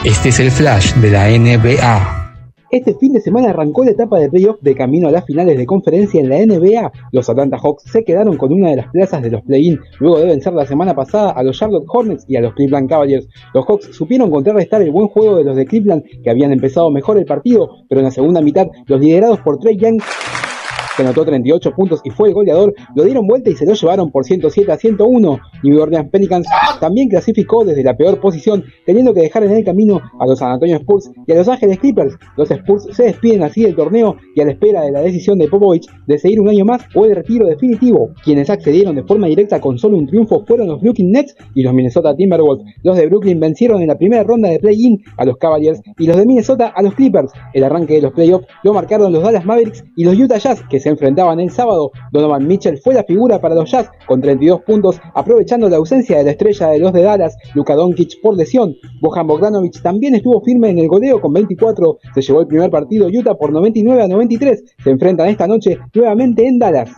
Este es el flash de la NBA.
Este fin de semana arrancó la etapa de playoff de camino a las finales de conferencia en la NBA. Los Atlanta Hawks se quedaron con una de las plazas de los play-in luego de vencer la semana pasada a los Charlotte Hornets y a los Cleveland Cavaliers. Los Hawks supieron contrarrestar el buen juego de los de Cleveland que habían empezado mejor el partido, pero en la segunda mitad los liderados por Trey Young que anotó 38 puntos y fue el goleador, lo dieron vuelta y se lo llevaron por 107 a 101. New Orleans Pelicans también clasificó desde la peor posición, teniendo que dejar en el camino a los San Antonio Spurs y a los Ángeles Clippers. Los Spurs se despiden así del torneo y a la espera de la decisión de Popovich de seguir un año más o el retiro definitivo. Quienes accedieron de forma directa con solo un triunfo fueron los Brooklyn Nets y los Minnesota Timberwolves. Los de Brooklyn vencieron en la primera ronda de play-in a los Cavaliers y los de Minnesota a los Clippers. El arranque de los playoffs lo marcaron los Dallas Mavericks y los Utah Jazz que se enfrentaban el sábado. Donovan Mitchell fue la figura para los Jazz con 32 puntos, aprovechando la ausencia de la estrella de los de Dallas, Luka Doncic por lesión. Bojan Bogdanovic también estuvo firme en el goleo con 24. Se llevó el primer partido Utah por 99 a 93. Se enfrentan esta noche nuevamente en Dallas.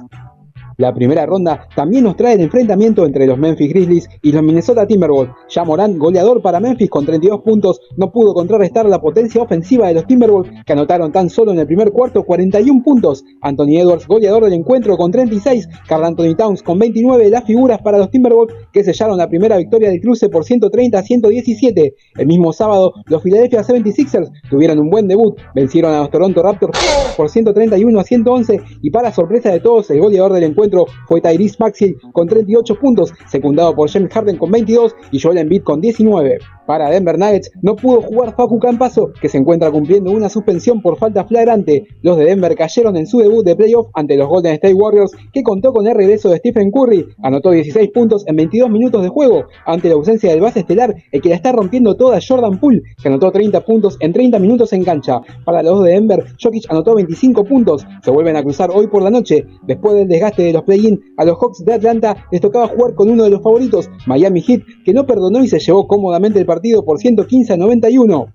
La primera ronda también nos trae el enfrentamiento entre los Memphis Grizzlies y los Minnesota Timberwolves. Ya Morán, goleador para Memphis con 32 puntos, no pudo contrarrestar la potencia ofensiva de los Timberwolves, que anotaron tan solo en el primer cuarto 41 puntos. Anthony Edwards, goleador del encuentro con 36, Carl Anthony Towns con 29, las figuras para los Timberwolves que sellaron la primera victoria del cruce por 130 a 117. El mismo sábado, los Philadelphia 76ers tuvieron un buen debut, vencieron a los Toronto Raptors por 131 a 111 y para sorpresa de todos, el goleador del encuentro fue Tyrese Maxey con 38 puntos, secundado por James Harden con 22 y Joel Embiid con 19. Para Denver Nuggets no pudo jugar Facu Campaso, que se encuentra cumpliendo una suspensión por falta flagrante. Los de Denver cayeron en su debut de playoff ante los Golden State Warriors, que contó con el regreso de Stephen Curry. Anotó 16 puntos en 22 minutos de juego, ante la ausencia del base estelar, el que la está rompiendo toda Jordan Poole, que anotó 30 puntos en 30 minutos en cancha. Para los de Denver, Jokic anotó 25 puntos. Se vuelven a cruzar hoy por la noche. Después del desgaste de los play-in, a los Hawks de Atlanta les tocaba jugar con uno de los favoritos, Miami Heat, que no perdonó y se llevó cómodamente el partido por 115 a 91.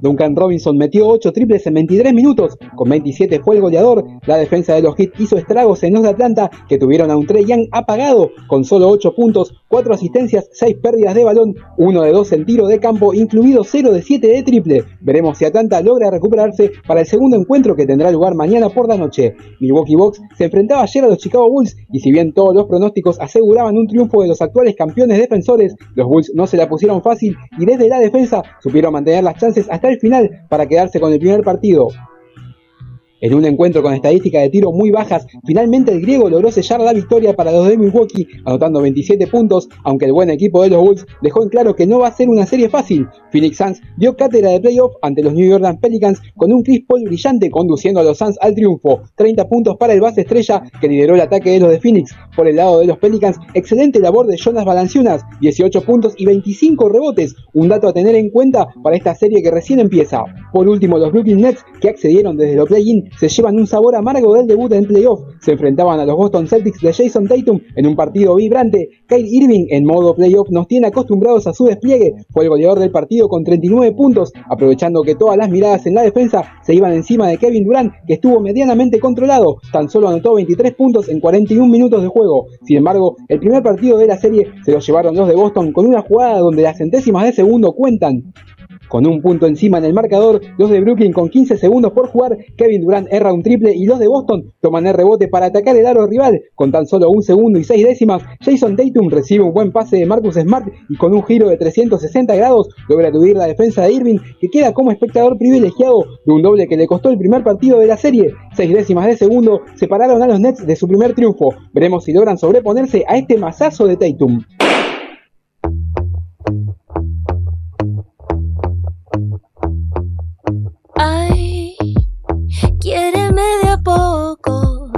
Duncan Robinson metió 8 triples en 23 minutos, con 27 fue el goleador. La defensa de los Heat hizo estragos en los de Atlanta, que tuvieron a un Trey Young apagado, con solo 8 puntos, 4 asistencias, 6 pérdidas de balón, 1 de 2 en tiro de campo, incluido 0 de 7 de triple. Veremos si Atlanta logra recuperarse para el segundo encuentro que tendrá lugar mañana por la noche. Milwaukee Bucks se enfrentaba ayer a los Chicago Bulls, y si bien todos los pronósticos aseguraban un triunfo de los actuales campeones defensores, los Bulls no se la pusieron fácil y desde la defensa supieron mantener las chances hasta el final para quedarse con el primer partido. En un encuentro con estadísticas de tiro muy bajas, finalmente el griego logró sellar la victoria para los de Milwaukee, anotando 27 puntos, aunque el buen equipo de los Bulls dejó en claro que no va a ser una serie fácil. Phoenix Suns dio cátedra de playoff ante los New Orleans Pelicans con un Chris Paul brillante conduciendo a los Suns al triunfo. 30 puntos para el base estrella que lideró el ataque de los de Phoenix. Por el lado de los Pelicans, excelente labor de Jonas Valanciunas, 18 puntos y 25 rebotes, un dato a tener en cuenta para esta serie que recién empieza. Por último, los Brooklyn Nets, que accedieron desde lo play-in, se llevan un sabor amargo del debut en playoff. Se enfrentaban a los Boston Celtics de Jason Tatum en un partido vibrante. Kyle Irving, en modo playoff, nos tiene acostumbrados a su despliegue. Fue el goleador del partido con 39 puntos, aprovechando que todas las miradas en la defensa se iban encima de Kevin Durant, que estuvo medianamente controlado. Tan solo anotó 23 puntos en 41 minutos de juego. Sin embargo, el primer partido de la serie se lo llevaron los de Boston con una jugada donde las centésimas de segundo cuentan. Con un punto encima en el marcador, los de Brooklyn con 15 segundos por jugar, Kevin Durant erra un triple y los de Boston toman el rebote para atacar el aro rival. Con tan solo un segundo y seis décimas, Jason Tatum recibe un buen pase de Marcus Smart y con un giro de 360 grados logra aturdir la defensa de Irving, que queda como espectador privilegiado de un doble que le costó el primer partido de la serie. Seis décimas de segundo separaron a los Nets de su primer triunfo. Veremos si logran sobreponerse a este mazazo de Tatum.
Ay, quiéreme de a poco,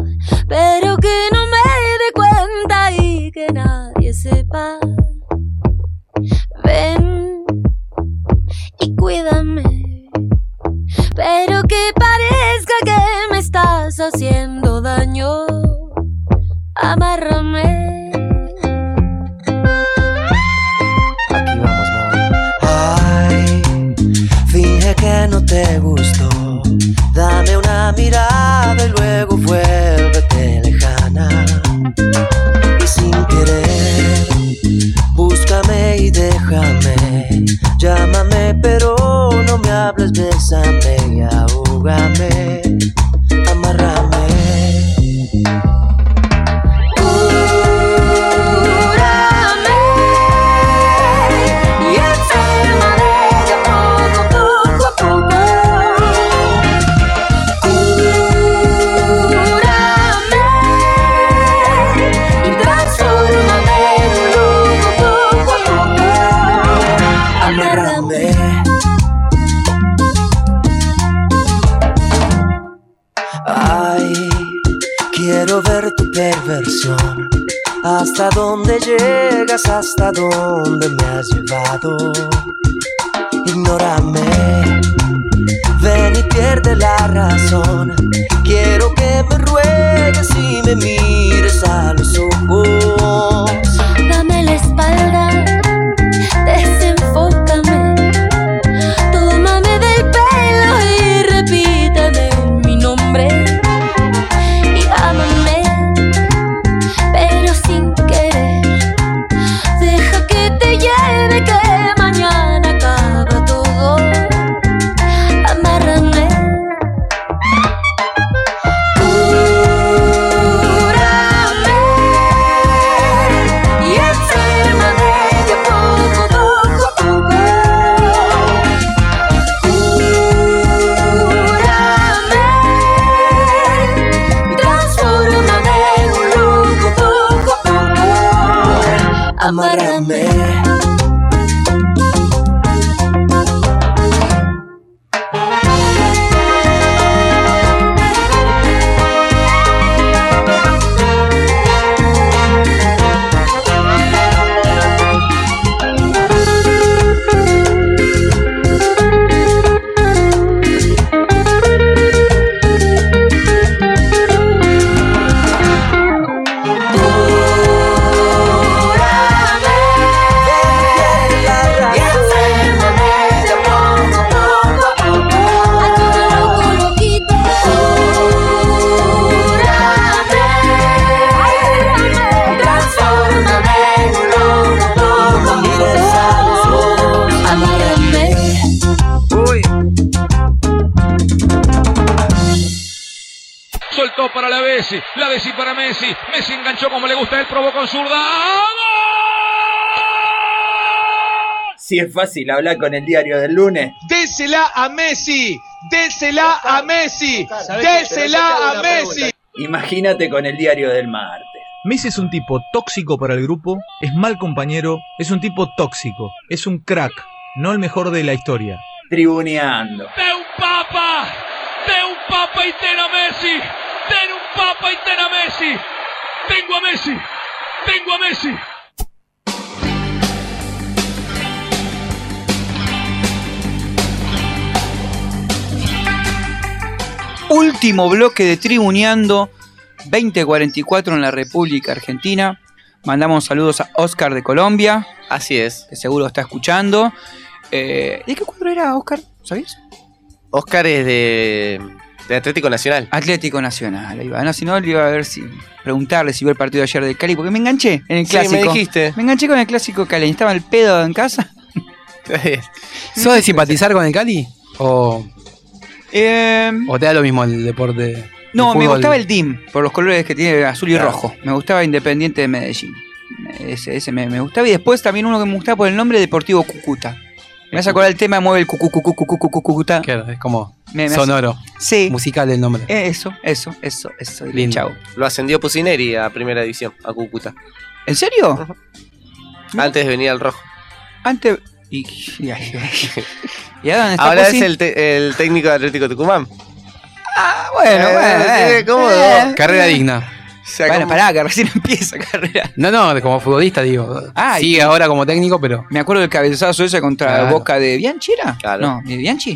pero que no me dé cuenta y que nadie sepa. Ven y cuídame, pero que parezca que me estás haciendo daño. Amárrame.
Aquí vamos, Ay, finge que no te gustó. Dame una mirada y luego vuélvete lejana. Y sin querer, búscame y déjame. Llámame, pero no me hables, bésame y ahógame. Amárrame.
Cúrame y enfermaré de a poco, poco a poco. Cúrame y transfórmame en un loco poco a poco.
Amárrame. Ay, quiero ver tu perversión. Hasta dónde llegas, hasta dónde me has llevado. Ignórame, ven y pierde la razón. Quiero que me ruegues y me mires a los ojos.
Dame la espalda, desenfócame, tómame del pelo y repítame mi nombre y ámame, pero sin querer. Deja que te lleve que mañana acaba todo. Amárrame. Cúrame y enfermaré de a poco, poco a poco. Cúrame y transfórmame en un loco poco a poco.
Amárrame.
Y enfermaré de a poco, poco a poco. A todo loco, loquito. Cúrame, transfórmame en un loco, poco a poco. Amárrame.
Soltó para la Bessi, la Bessi para Messi. Messi enganchó como le gusta, él probó con zurda. ¡Gol!
Si es fácil hablar con el diario del lunes.
Désela a Messi, désela a Messi, désela a Messi.
Imagínate con el diario del martes.
Messi es un tipo tóxico para el grupo, es mal compañero, es un tipo tóxico, es un crack, no el mejor de la historia.
Tribuneando.
De un papa, de un papa y ten a Messi, ten un papa y ten a Messi. Tengo a Messi, tengo a Messi.
Último bloque de Tribuneando 2044 en la República Argentina. Mandamos saludos a Oscar de Colombia.
Así es.
Que seguro está escuchando. Eh, ¿De qué cuadro era Oscar? ¿Sabéis?
Oscar es de, de Atlético Nacional.
Atlético Nacional. Ahí va. No, si no, le iba a ver si preguntarle si vio el partido de ayer del Cali, porque me enganché en el
Sí, me
clásico.
dijiste.
Me enganché con el clásico Cali. Estaba el pedo en casa.
¿Sos de simpatizar con el Cali? ¿O, o te da lo mismo el deporte?
Eh, No, me
fútbol?
gustaba el DIM, por los colores que tiene azul y
Claro.
rojo. Me gustaba Independiente de Medellín. Ese, ese me, me gustaba. Y después también uno que me gustaba por el nombre Deportivo Cucuta. Me hace acordar el tema Mueve el cucu, cucu, cucu, cucu, Cucuta.
Claro, es como
Me- me hace-
sonoro.
Sí.
Musical el nombre.
Eh, Eso, eso, eso, eso.
Lindo.
Chao.
Lo ascendió Pusineri a primera división, a Cúcuta.
¿En serio?
Antes de venir al rojo.
Antes. Y, y- ¿Y a dónde está
Ahora
Pozzi?
es el, te- el técnico de Atlético Tucumán.
Ah, bueno,
Eh,
bueno.
tiene
eh.
cómodo.
Eh.
Carrera digna.
Bueno, pará, que recién empieza carrera.
No, no, como futbolista digo.
Ah,
Sigue
y-
ahora como técnico, pero
Me acuerdo del cabezazo ese contra
Claro.
Boca de Bianchi, ¿era?
Claro.
No, de Bianchi.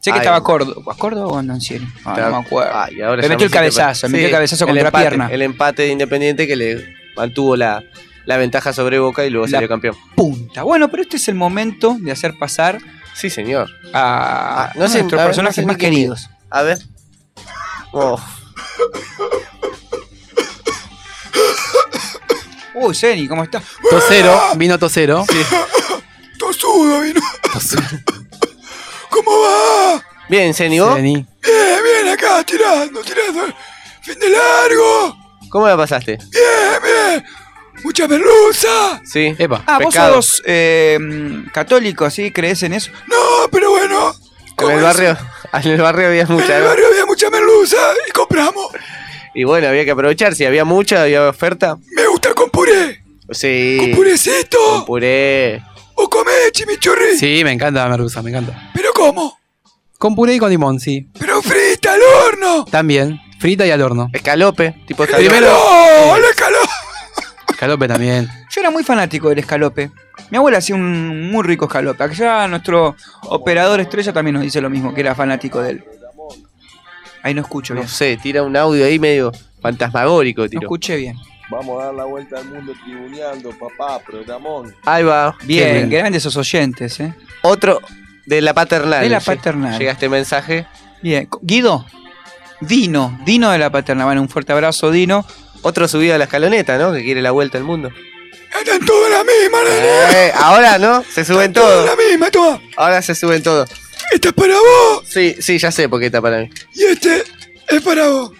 Sé que
Ay.
estaba Córdoba. ¿Córdoba o Andancieri? Ah, no me acuerdo.
Ay, ahora
Le
ya
metió el
me hiciste
cabezazo,
pe-
le metió el cabezazo contra
empate,
pierna.
El empate de Independiente que le mantuvo la, la ventaja sobre Boca y luego
La-
salió campeón.
Punta. Bueno, pero este es el momento de hacer pasar
Sí, señor. Ah,
a,
no sé,
nuestros
a ver,
personajes
no sé
más
ni quién-
queridos.
A ver. Oh,
Uy, Zeni, ¿cómo está?
tosero, vino tosero.
Tosudo vino. ¿Cómo va?
Bien, Zeni, ¿vos?
Zeni.
Bien, bien, acá, tirando, tirando. Fin de largo.
¿Cómo la pasaste?
Bien, bien. Mucha merluza.
Sí.
Ah,
pescado.
vos sos eh, católico, ¿sí? ¿Crees en eso?
No, pero bueno.
En el barrio, en el barrio había mucha.
El barrio había mucha merluza y compramos.
Y bueno, había que aprovechar. Si había mucha, había oferta.
Me gusta con puré.
Sí.
Con purecito.
Con puré.
O comé chimichurri.
Sí, me encanta la merluza, me encanta.
Pero ¿cómo?
Con puré y con limón, sí.
Pero frita al horno.
También. Frita y al horno.
Escalope, tipo escalope.
Primero.
¡Oh, la calor!
Escalope también.
Yo era muy fanático del escalope. Mi abuela hacía un muy rico escalope. Acá nuestro operador estrella también nos dice lo mismo, que era fanático de él. Ahí no escucho
No
bien.
sé, tira un audio ahí medio fantasmagórico,
No
tiro.
escuché bien.
Vamos a dar la vuelta al mundo tribuneando, papá, programón.
Ahí va.
Bien, grandes esos oyentes, ¿eh?
Otro de la paternal.
De la
Lle-
paternal.
Llega este mensaje.
Bien. Guido, Dino, Dino de la Paterna. Bueno, un fuerte abrazo, Dino.
Otro subido a la escaloneta, ¿no? Que quiere la vuelta al mundo.
Están todos la misma,
Eh, ahora, ¿no? Se suben todos.
la misma, toma.
Ahora se suben todos.
Esta es para vos
Sí, sí, ya sé por qué está para mí.
y este es para vos.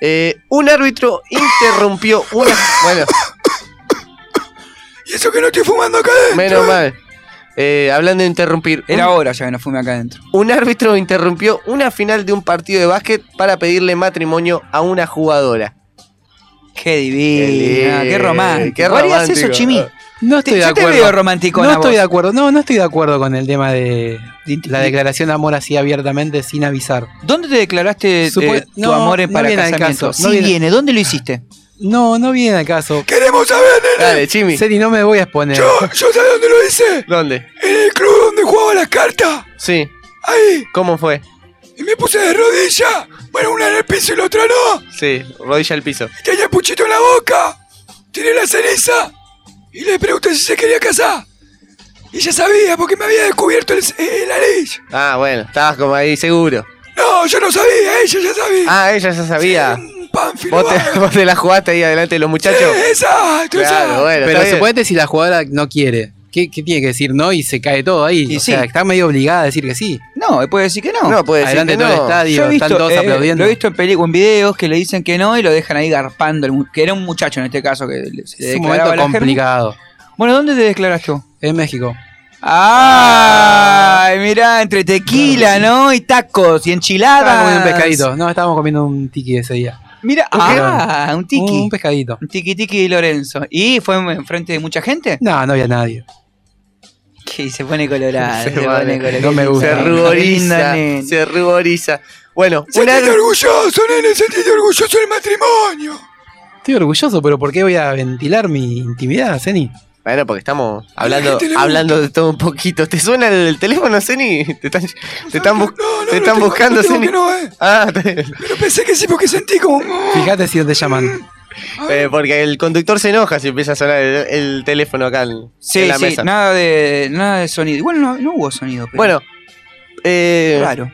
Eh, un árbitro interrumpió una. Bueno,
Y eso que no estoy fumando acá adentro.
menos mal. Eh, hablando de interrumpir.
Era
un-
hora ya que nos fuimos acá adentro.
Un árbitro interrumpió una final de un partido de básquet para pedirle matrimonio a una jugadora.
Qué divino, qué,
Qué
romántico.
qué
¿Vos harías
romántico.
eso, Chimi?
No estoy
Te-
de
yo te
acuerdo.
veo romanticona
No
vos.
estoy de acuerdo. No, no estoy de acuerdo con el tema de la declaración de amor así abiertamente sin avisar.
¿Dónde te declaraste eh,
Supo-
tu
no,
amor
no
para
viene al
casamiento?
caso,
Sí
no viene-
viene, ¿dónde lo hiciste?
No, no viene al caso.
¡Queremos saber, nene!
Dale, Chimi.
Seri, no me voy a exponer.
Yo, yo sabía dónde lo hice.
¿Dónde?
En el club donde jugaba las cartas.
Sí.
Ahí.
¿Cómo fue?
Y me puse de rodilla. Bueno, una en el piso y la otra no.
Sí, rodilla al piso.
Y tenía puchito en la boca. Tiré la ceniza. Y le pregunté si se quería casar. Y ya sabía porque me había descubierto el, el anillo.
Ah, bueno, estabas como ahí seguro.
No, yo no sabía, ella ya sabía.
Ah, ella ya sabía.
Pánfilo.
Vos te, vos te la jugaste ahí adelante de los muchachos.
Exacto,
Claro,
exacto.
bueno,
Pero
está bien.
suponete si la jugadora no quiere. ¿Qué, qué tiene que decir no? Y se cae todo ahí.
Y
o
sí.
sea, está medio obligada a decir que sí.
No, él puede decir que no.
No, puede decir
Adelante
que
todo el
no.
estadio,
Yo he
están todos
eh,
aplaudiendo.
Lo he visto en, peli- o en videos que le dicen que no y lo dejan ahí garpando. el mu- que era un muchacho en este caso que le- se le
es un
declaraba
momento
la germu.
complicado.
Bueno, ¿dónde te declaraste tú?
en México.
Ay, mirá, entre tequila, ¿no? Y tacos y
Estábamos
enchiladas.
comiendo un pescadito. No, estábamos comiendo un tiki ese día.
Mira, ah, un tiki.
Un pescadito.
Un tiki tiki de Lorenzo. ¿Y fue enfrente de mucha gente?
No, no había nadie.
Que se pone colorado.
Se
se pone
pone-
colorado.
no me gusta.
Qué
Se
lindo,
ruboriza,
nene.
se ruboriza. Bueno, una-
Sentite orgulloso, nene, sentite orgulloso del matrimonio.
Estoy orgulloso, pero ¿por qué voy a ventilar mi intimidad, Zeni?
Bueno, porque estamos hablando,
gente le
hablando de todo un poquito. ¿Te suena el teléfono, Zeni? Te están, te están, bus- te están
tengo-
buscando,
no tengo
Zeni.
que no, eh.
Ah, te-
Pero pensé que sí porque sentí como.
"Mm".
Fíjate si no te llaman.
eh, porque el conductor se enoja si empieza a sonar el, el teléfono acá en,
Sí,
en la
sí,
mesa.
nada de, nada de sonido. Igual no, no hubo sonido. pero-
Bueno, eh,
Raro.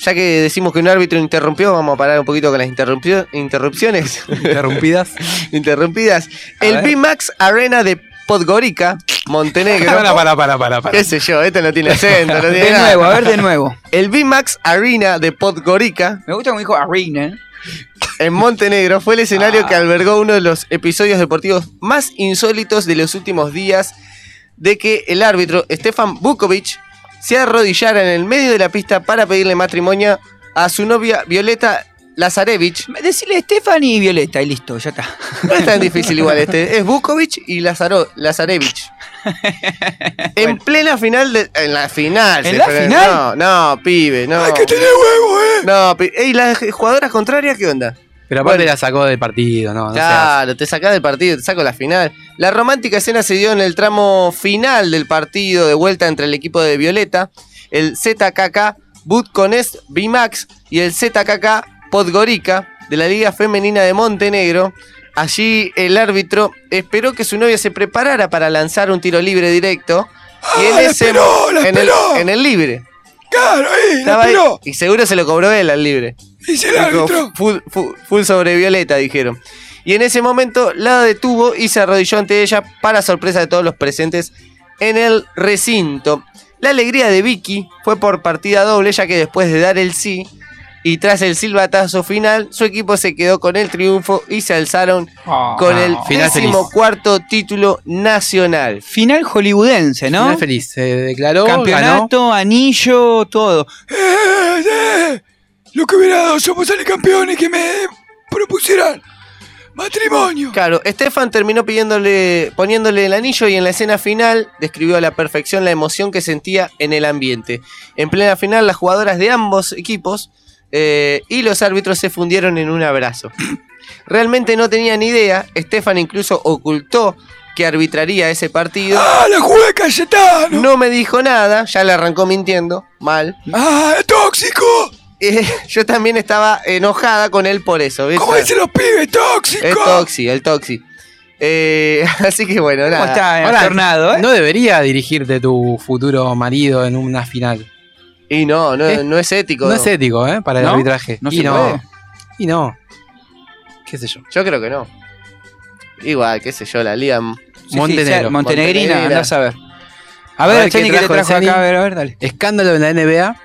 ya que decimos que un árbitro interrumpió, vamos a parar un poquito con las interrumpio- interrupciones.
Interrumpidas.
Interrumpidas.
A
el
ver.
B-Max Arena de Podgorica, Montenegro.
Para, para, para, para. para.
Qué sé yo, esto no tiene acento, no tiene
de
nada.
nuevo, a ver de nuevo.
El B-Max Arena de Podgorica,
Me gusta como dijo Arena.
en Montenegro, fue el escenario
Ah.
que albergó uno de los episodios deportivos más insólitos de los últimos días de que el árbitro Stefan Bukovic se arrodillara en el medio de la pista para pedirle matrimonio a su novia Violeta Lazarevich.
Decirle Stephanie y Violeta y listo, ya está.
No es tan difícil igual este. Es Bukovic y Lazaro, Lazarevich. En plena final de. En la final.
¿En
se
la
fue- No,
final?
no, pibe, no.
Hay que tener huevo, eh.
No, pi- Ey, las jugadoras contrarias qué onda?
Pero aparte
Bueno.
la sacó del partido, no, no seas-
Claro, te sacás del partido, te saco la final. La romántica escena se dio en el tramo final del partido de vuelta entre el equipo de Violeta, el ZKK Budconest Bimax y el ZKK Podgorica de la Liga Femenina de Montenegro. Allí el árbitro esperó que su novia se preparara para lanzar un tiro libre directo. Y en
¡Ah, la
ese
esperó, la
en, el,
esperó!
en el libre.
Claro, ahí, la
Estaba ahí,
peló.
y seguro se lo cobró él al libre.
Dice el
Dijo,
árbitro.
Full, full- full sobre Violeta, dijeron. Y en ese momento la detuvo y se arrodilló ante ella para sorpresa de todos los presentes en el recinto. La alegría de Vicky fue por partida doble, ya que después de dar el sí y tras el silbatazo final, su equipo se quedó con el triunfo y se alzaron
Ah,
con el
Final feliz.
cuarto título nacional.
Final hollywoodense, ¿no?
Final feliz. Se declaró, ganó.
Campeonato, anillo, todo.
Eh, eh, Lo que hubiera dado yo por salir campeón y que me propusieran matrimonio.
Claro, Estefan terminó pidiéndole, poniéndole el anillo y en la escena final describió a la perfección la emoción que sentía en el ambiente. En plena final, las jugadoras de ambos equipos eh, y los árbitros se fundieron en un abrazo. Realmente no tenía ni idea, Estefan incluso ocultó que arbitraría ese partido.
¡Ah, la jugué Cayetano!
No me dijo nada, ya le arrancó mintiendo, mal.
¡Ah, tóxico!
Eh, yo también estaba enojada con él por eso. ¿viste?
¿Cómo dicen los pibes?
El
¡Tóxico!
Toxi, el Toxi. Eh, así que bueno, nada.
está, eh,
Ahora,
tornado, eh?
No debería dirigirte tu futuro marido en una final.
Y no, no,
Eh,
no es ético.
No es ético, ¿eh? Para el
¿No?
arbitraje.
No
y
se
no.
puede.
Y no. Qué sé yo.
Yo creo que no. Igual, qué sé yo, la liga. m-
Sí, sí,
Montenegro.
sea montenegrina,
Montenegra.
andás a ver. A ver,
qué
Chani, que te
trajo el
trajo
Chani.
acá, a ver, a ver, dale.
Escándalo en la NBA.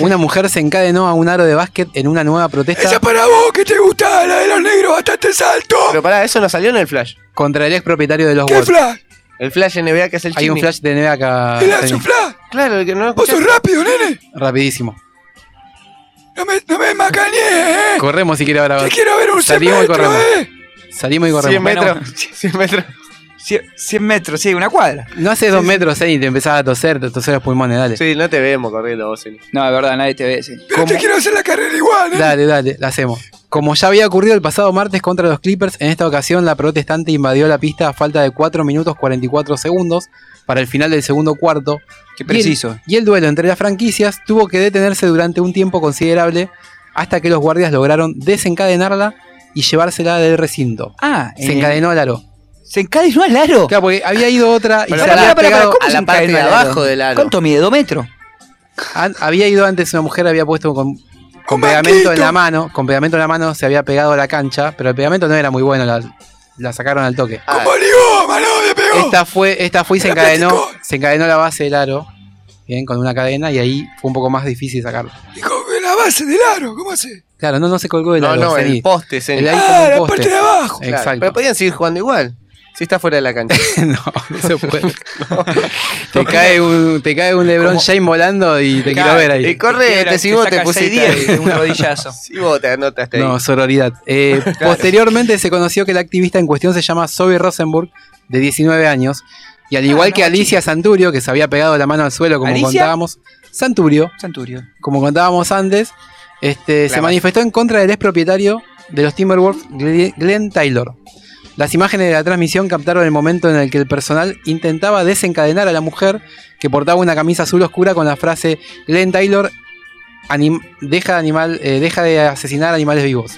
Una mujer se encadenó a un aro de básquet en una nueva
Esa
protesta
para vos que te gusta, la de los negros bastante salto.
Pero pará, eso no salió en el Flash.
contra el ex propietario de los
¿Qué
Wolves.
flash?
El Flash NBA que es el
Hay un
Chini.
flash Ah, de NBA acá.
¿El hace
Zeni.
un flash?
Claro, el que no lo
Vos sos
escuché.
rápido, nene.
Rapidísimo.
No me, no me macanees, eh.
Corremos si quiere ahora.
Te quiero ver un
Salimos y
semestre,
corremos.
eh.
Salimos y
100
corremos.
metros.
Bueno,
100 metros.
100 metros, sí, una cuadra.
No haces dos metros, Zeni, te empezás a toser, te toser los pulmones, dale.
Sí, no te vemos corriendo vos, Zeni.
No, de verdad, nadie te ve. sí.
Pero te quiero hacer la carrera igual, eh.
Dale, dale, la hacemos. Como ya había ocurrido el pasado martes contra los Clippers, en esta ocasión la protestante invadió la pista a falta de 4 minutos 44 segundos para el final del segundo cuarto.
Qué preciso.
Y el, y el duelo entre las franquicias tuvo que detenerse durante un tiempo considerable hasta que los guardias lograron desencadenarla y llevársela del recinto.
Ah,
Se
eh,
encadenó al aro.
¿Se encadenó al aro?
Claro, porque había ido otra y
Pero
se
pará,
la había
pará, pará,
pegado-
a la
se
parte
encadenó
de
al
abajo del aro?
¿Cuánto mide? ¿Dos metros?
An- había ido antes una mujer, había puesto con, con
Un
pegamento en
banquito.
la mano, con pegamento en la mano se había pegado a la cancha, pero el pegamento no era muy bueno, la, la sacaron al toque.
Ah,
¡Como ligó, no le pegó!
Esta fue, esta fue y se
Era
encadenó,
plástico.
se encadenó la base del aro, bien, con una cadena, y ahí fue un poco más difícil sacarla.
Hijo, la base del aro, ¿cómo hace?
Claro, no, no se colgó del
no,
aro.
no,
Zeni.
el poste, Zeni.
El ahí
Ah,
como un
la
poste.
parte de abajo.
Claro,
Exacto.
Pero podían seguir jugando igual. Si está fuera de la cancha. no,
eso puede. Te cae un, te cae un LeBron James volando y te quiero ver ahí.
Y corre, te, sigo, te pusiste ahí.
Sí,
Si vos te anotaste ahí.
No, sororidad. Eh, Posteriormente se conoció que la activista en cuestión se llama Zoe Rosenburg, de 19 años. Y al igual que Alicia Santurio, que se había pegado la mano al suelo, como
¿Alicia?
contábamos. Santurio,
Santurio.
como contábamos antes, este, se
Claro.
manifestó en contra del ex propietario de los Timberwolves, Gle- Glenn Taylor. Las imágenes de la transmisión captaron el momento en el que el personal intentaba desencadenar a la mujer que portaba una camisa azul oscura con la frase Glenn Taylor anim- deja, de animal, eh, deja de asesinar animales vivos.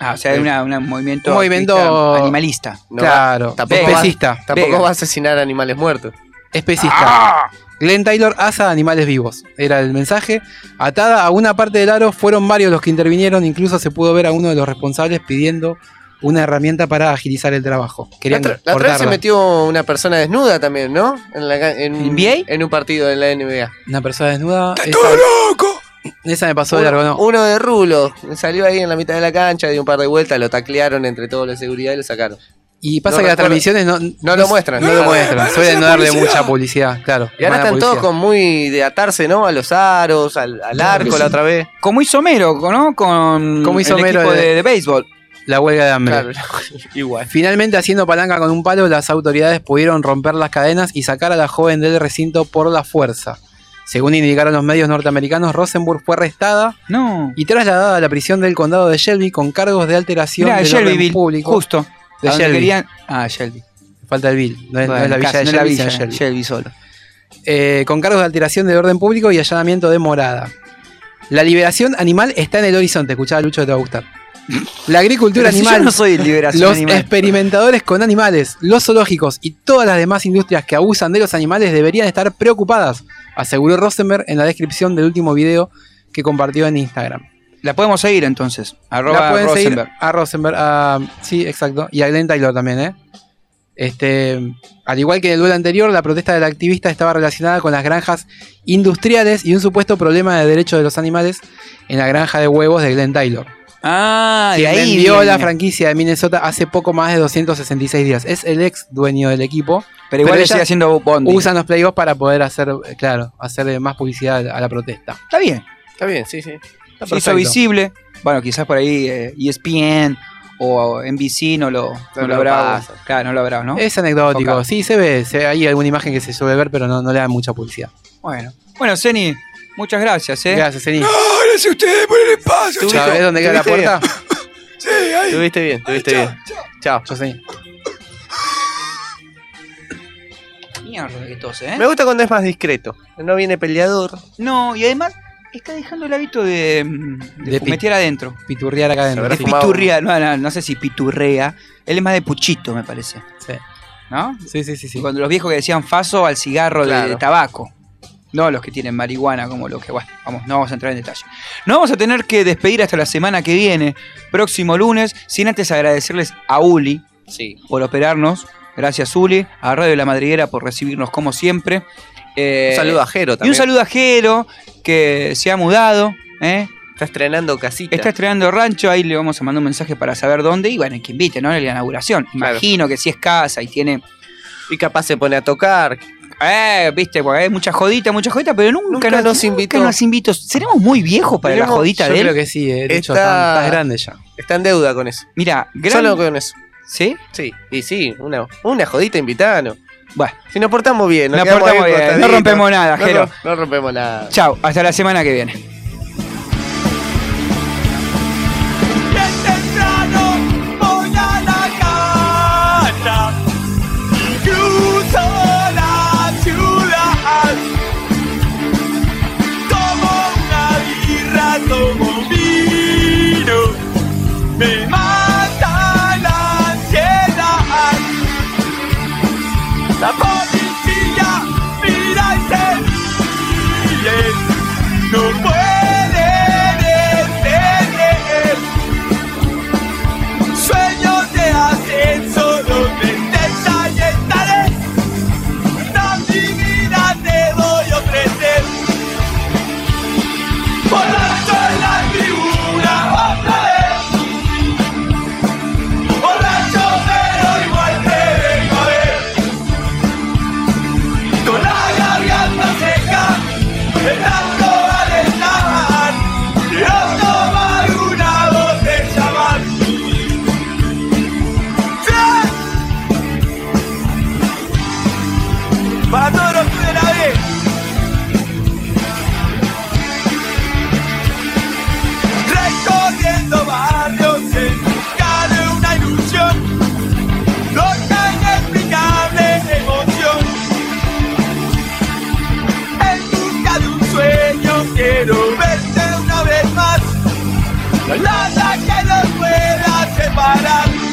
Ah, o sea, hay una- una- un movimiento,
Un movimiento-
activista animalista.
No,
claro,
tampoco va-
especista.
tampoco va a asesinar animales muertos.
Especista.
¡Ah!
Glenn Taylor asa a animales vivos. Era el mensaje. Atada a una parte del aro fueron varios los que intervinieron. Incluso se pudo ver a uno de los responsables pidiendo una herramienta para agilizar el trabajo.
La,
Querían
otra- la otra vez se
cortarla.
metió una persona desnuda también, ¿no? En, la, ca- en, en un partido de la NBA.
Una persona desnuda. ¡Todo
loco!
Esa me pasó de largo,
Uno,
no.
uno de rulo. Salió ahí en la mitad de la cancha, dio un par de vueltas, lo taclearon entre todos la seguridad y lo sacaron.
Y pasa
No
que las
recuerdo-
transmisiones no,
no lo muestran.
No
Ah,
lo muestran.
no
Suelen
hacen
no darle
publicidad.
mucha publicidad, claro.
Y ahora
mala
están todos
publicidad.
con muy de atarse, ¿no? A los aros, al, al arco la otra vez.
Como hizo Homero, ¿no? Con
Como hizo
el
Homero
equipo
de-
de, de béisbol.
La huelga de hambre.
Claro.
Igual.
Finalmente, haciendo palanca con un palo, las autoridades pudieron romper las cadenas y sacar a la joven del recinto por la fuerza. Según indicaron los medios norteamericanos, Rosenburg fue arrestada
No.
y trasladada a la prisión del condado de Shelby con cargos de alteración
Mirá,
del
Shelbyville,
orden público.
justo.
De
A donde
Shelby.
querían- Ah, Shelby.
Falta el Bill, no es, no
Bueno,
es la villa
casi,
de
no es
Shelby,
la
sino
villa,
Shelby.
Shelby solo.
Eh, con cargos de alteración de orden público y allanamiento de morada. La liberación animal está en el horizonte, escuchaba Lucho, te va a gustar. La agricultura
Pero si
animal,
yo no soy liberación
los
animal.
experimentadores con animales, los zoológicos y todas las demás industrias que abusan de los animales deberían estar preocupadas, aseguró Rosenberg en la descripción del último video que compartió en Instagram.
La podemos seguir entonces. Arroba
la pueden
Rosenberg.
seguir a Rosenberg, a- sí, exacto, y a Glenn Taylor también, ¿eh? Este, al igual que en el duelo anterior, la protesta del activista estaba relacionada con las granjas industriales y un supuesto problema de derechos de los animales en la granja de huevos de Glenn Taylor.
Ah,
que
de ahí.
vendió
viene.
la franquicia de Minnesota hace poco más de 266 días. Es el ex dueño del equipo.
Pero igual le
ellas
sigue haciendo bondi.
Usan los playoffs para poder hacer, eh, claro, hacerle más publicidad a la protesta.
Está bien.
Está bien, sí, sí. Está
Se hizo
perfecto.
visible. Bueno, quizás por ahí eh, ESPN o NBC no lo, no
lo
lo habrá.
pasa.
Claro, no lo habrá, ¿no?
Es anecdótico.
Enfocado.
Sí, se ve, se- hay alguna imagen que se suele ver, pero no, no le dan mucha publicidad.
Bueno. Bueno, Zeni, muchas gracias, ¿eh?
Gracias, Zeni. No,
gracias a ustedes por el espacio.
¿Sabés dónde queda la
Ah.
puerta?
sí, ahí. Tuviste bien, tuviste bien. Chao.
Yo sé.
Mierda, que tose, ¿eh?
Me gusta cuando es más discreto. No viene peleador.
No, y además está dejando el hábito de, mm, de,
De
fumetear adentro.
Piturrear acá
Es
adentro. sí.
piturrea, no, no, no sé si piturrea. Él es más de puchito, me parece.
Sí.
¿No?
Sí, sí, sí. sí.
Cuando los viejos que decían faso al cigarro de- de,
Claro.
tabaco. No los que tienen marihuana, como los que. Bueno, vamos, no vamos a entrar en detalle. No vamos a tener que despedir hasta la semana que viene, próximo lunes, sin antes agradecerles a Uli
Sí.
por operarnos. Gracias, Uli. A Radio La Madriguera por recibirnos como siempre. Eh,
Un saludo a Jero
Y un
también.
saludo a Jero, que se ha mudado. ¿eh?
Está estrenando casita.
Está estrenando rancho, ahí le vamos a mandar un mensaje para saber dónde y bueno, que invite, ¿no? En la inauguración.
Claro.
Imagino que si es casa y tiene.
Y capaz se pone a tocar.
Eh, viste, porque hay mucha jodita, mucha jodita, pero nunca, nos, invitó. nos invitó. Seremos muy viejos para la
Tenemos-
jodita
yo
de él.
creo
que sí, eh,
Lucho, Está- estás grande
ya.
Está en deuda con eso.
Mira, gran...
Solo con eso.
¿Sí?
Sí, y sí, una, una jodita invitada.
Bueno.
Si nos portamos bien, nos,
Nos
quedamos
portamos
ahí
bien, no
cortaditos.
rompemos nada,
No
Jero.
rom- No, rompemos nada.
Chao, hasta la semana que viene.
Bien temprano voy a la casa Cruzo la ciudad Tomo una birra, tomo vino Me mata la ansiedad La policía mira y se ríe No puede detener Sueños de hacen solo tristeza y estaré Tan divina te voy a ofrecer Por la sola mi No hay nada que nos pueda separar.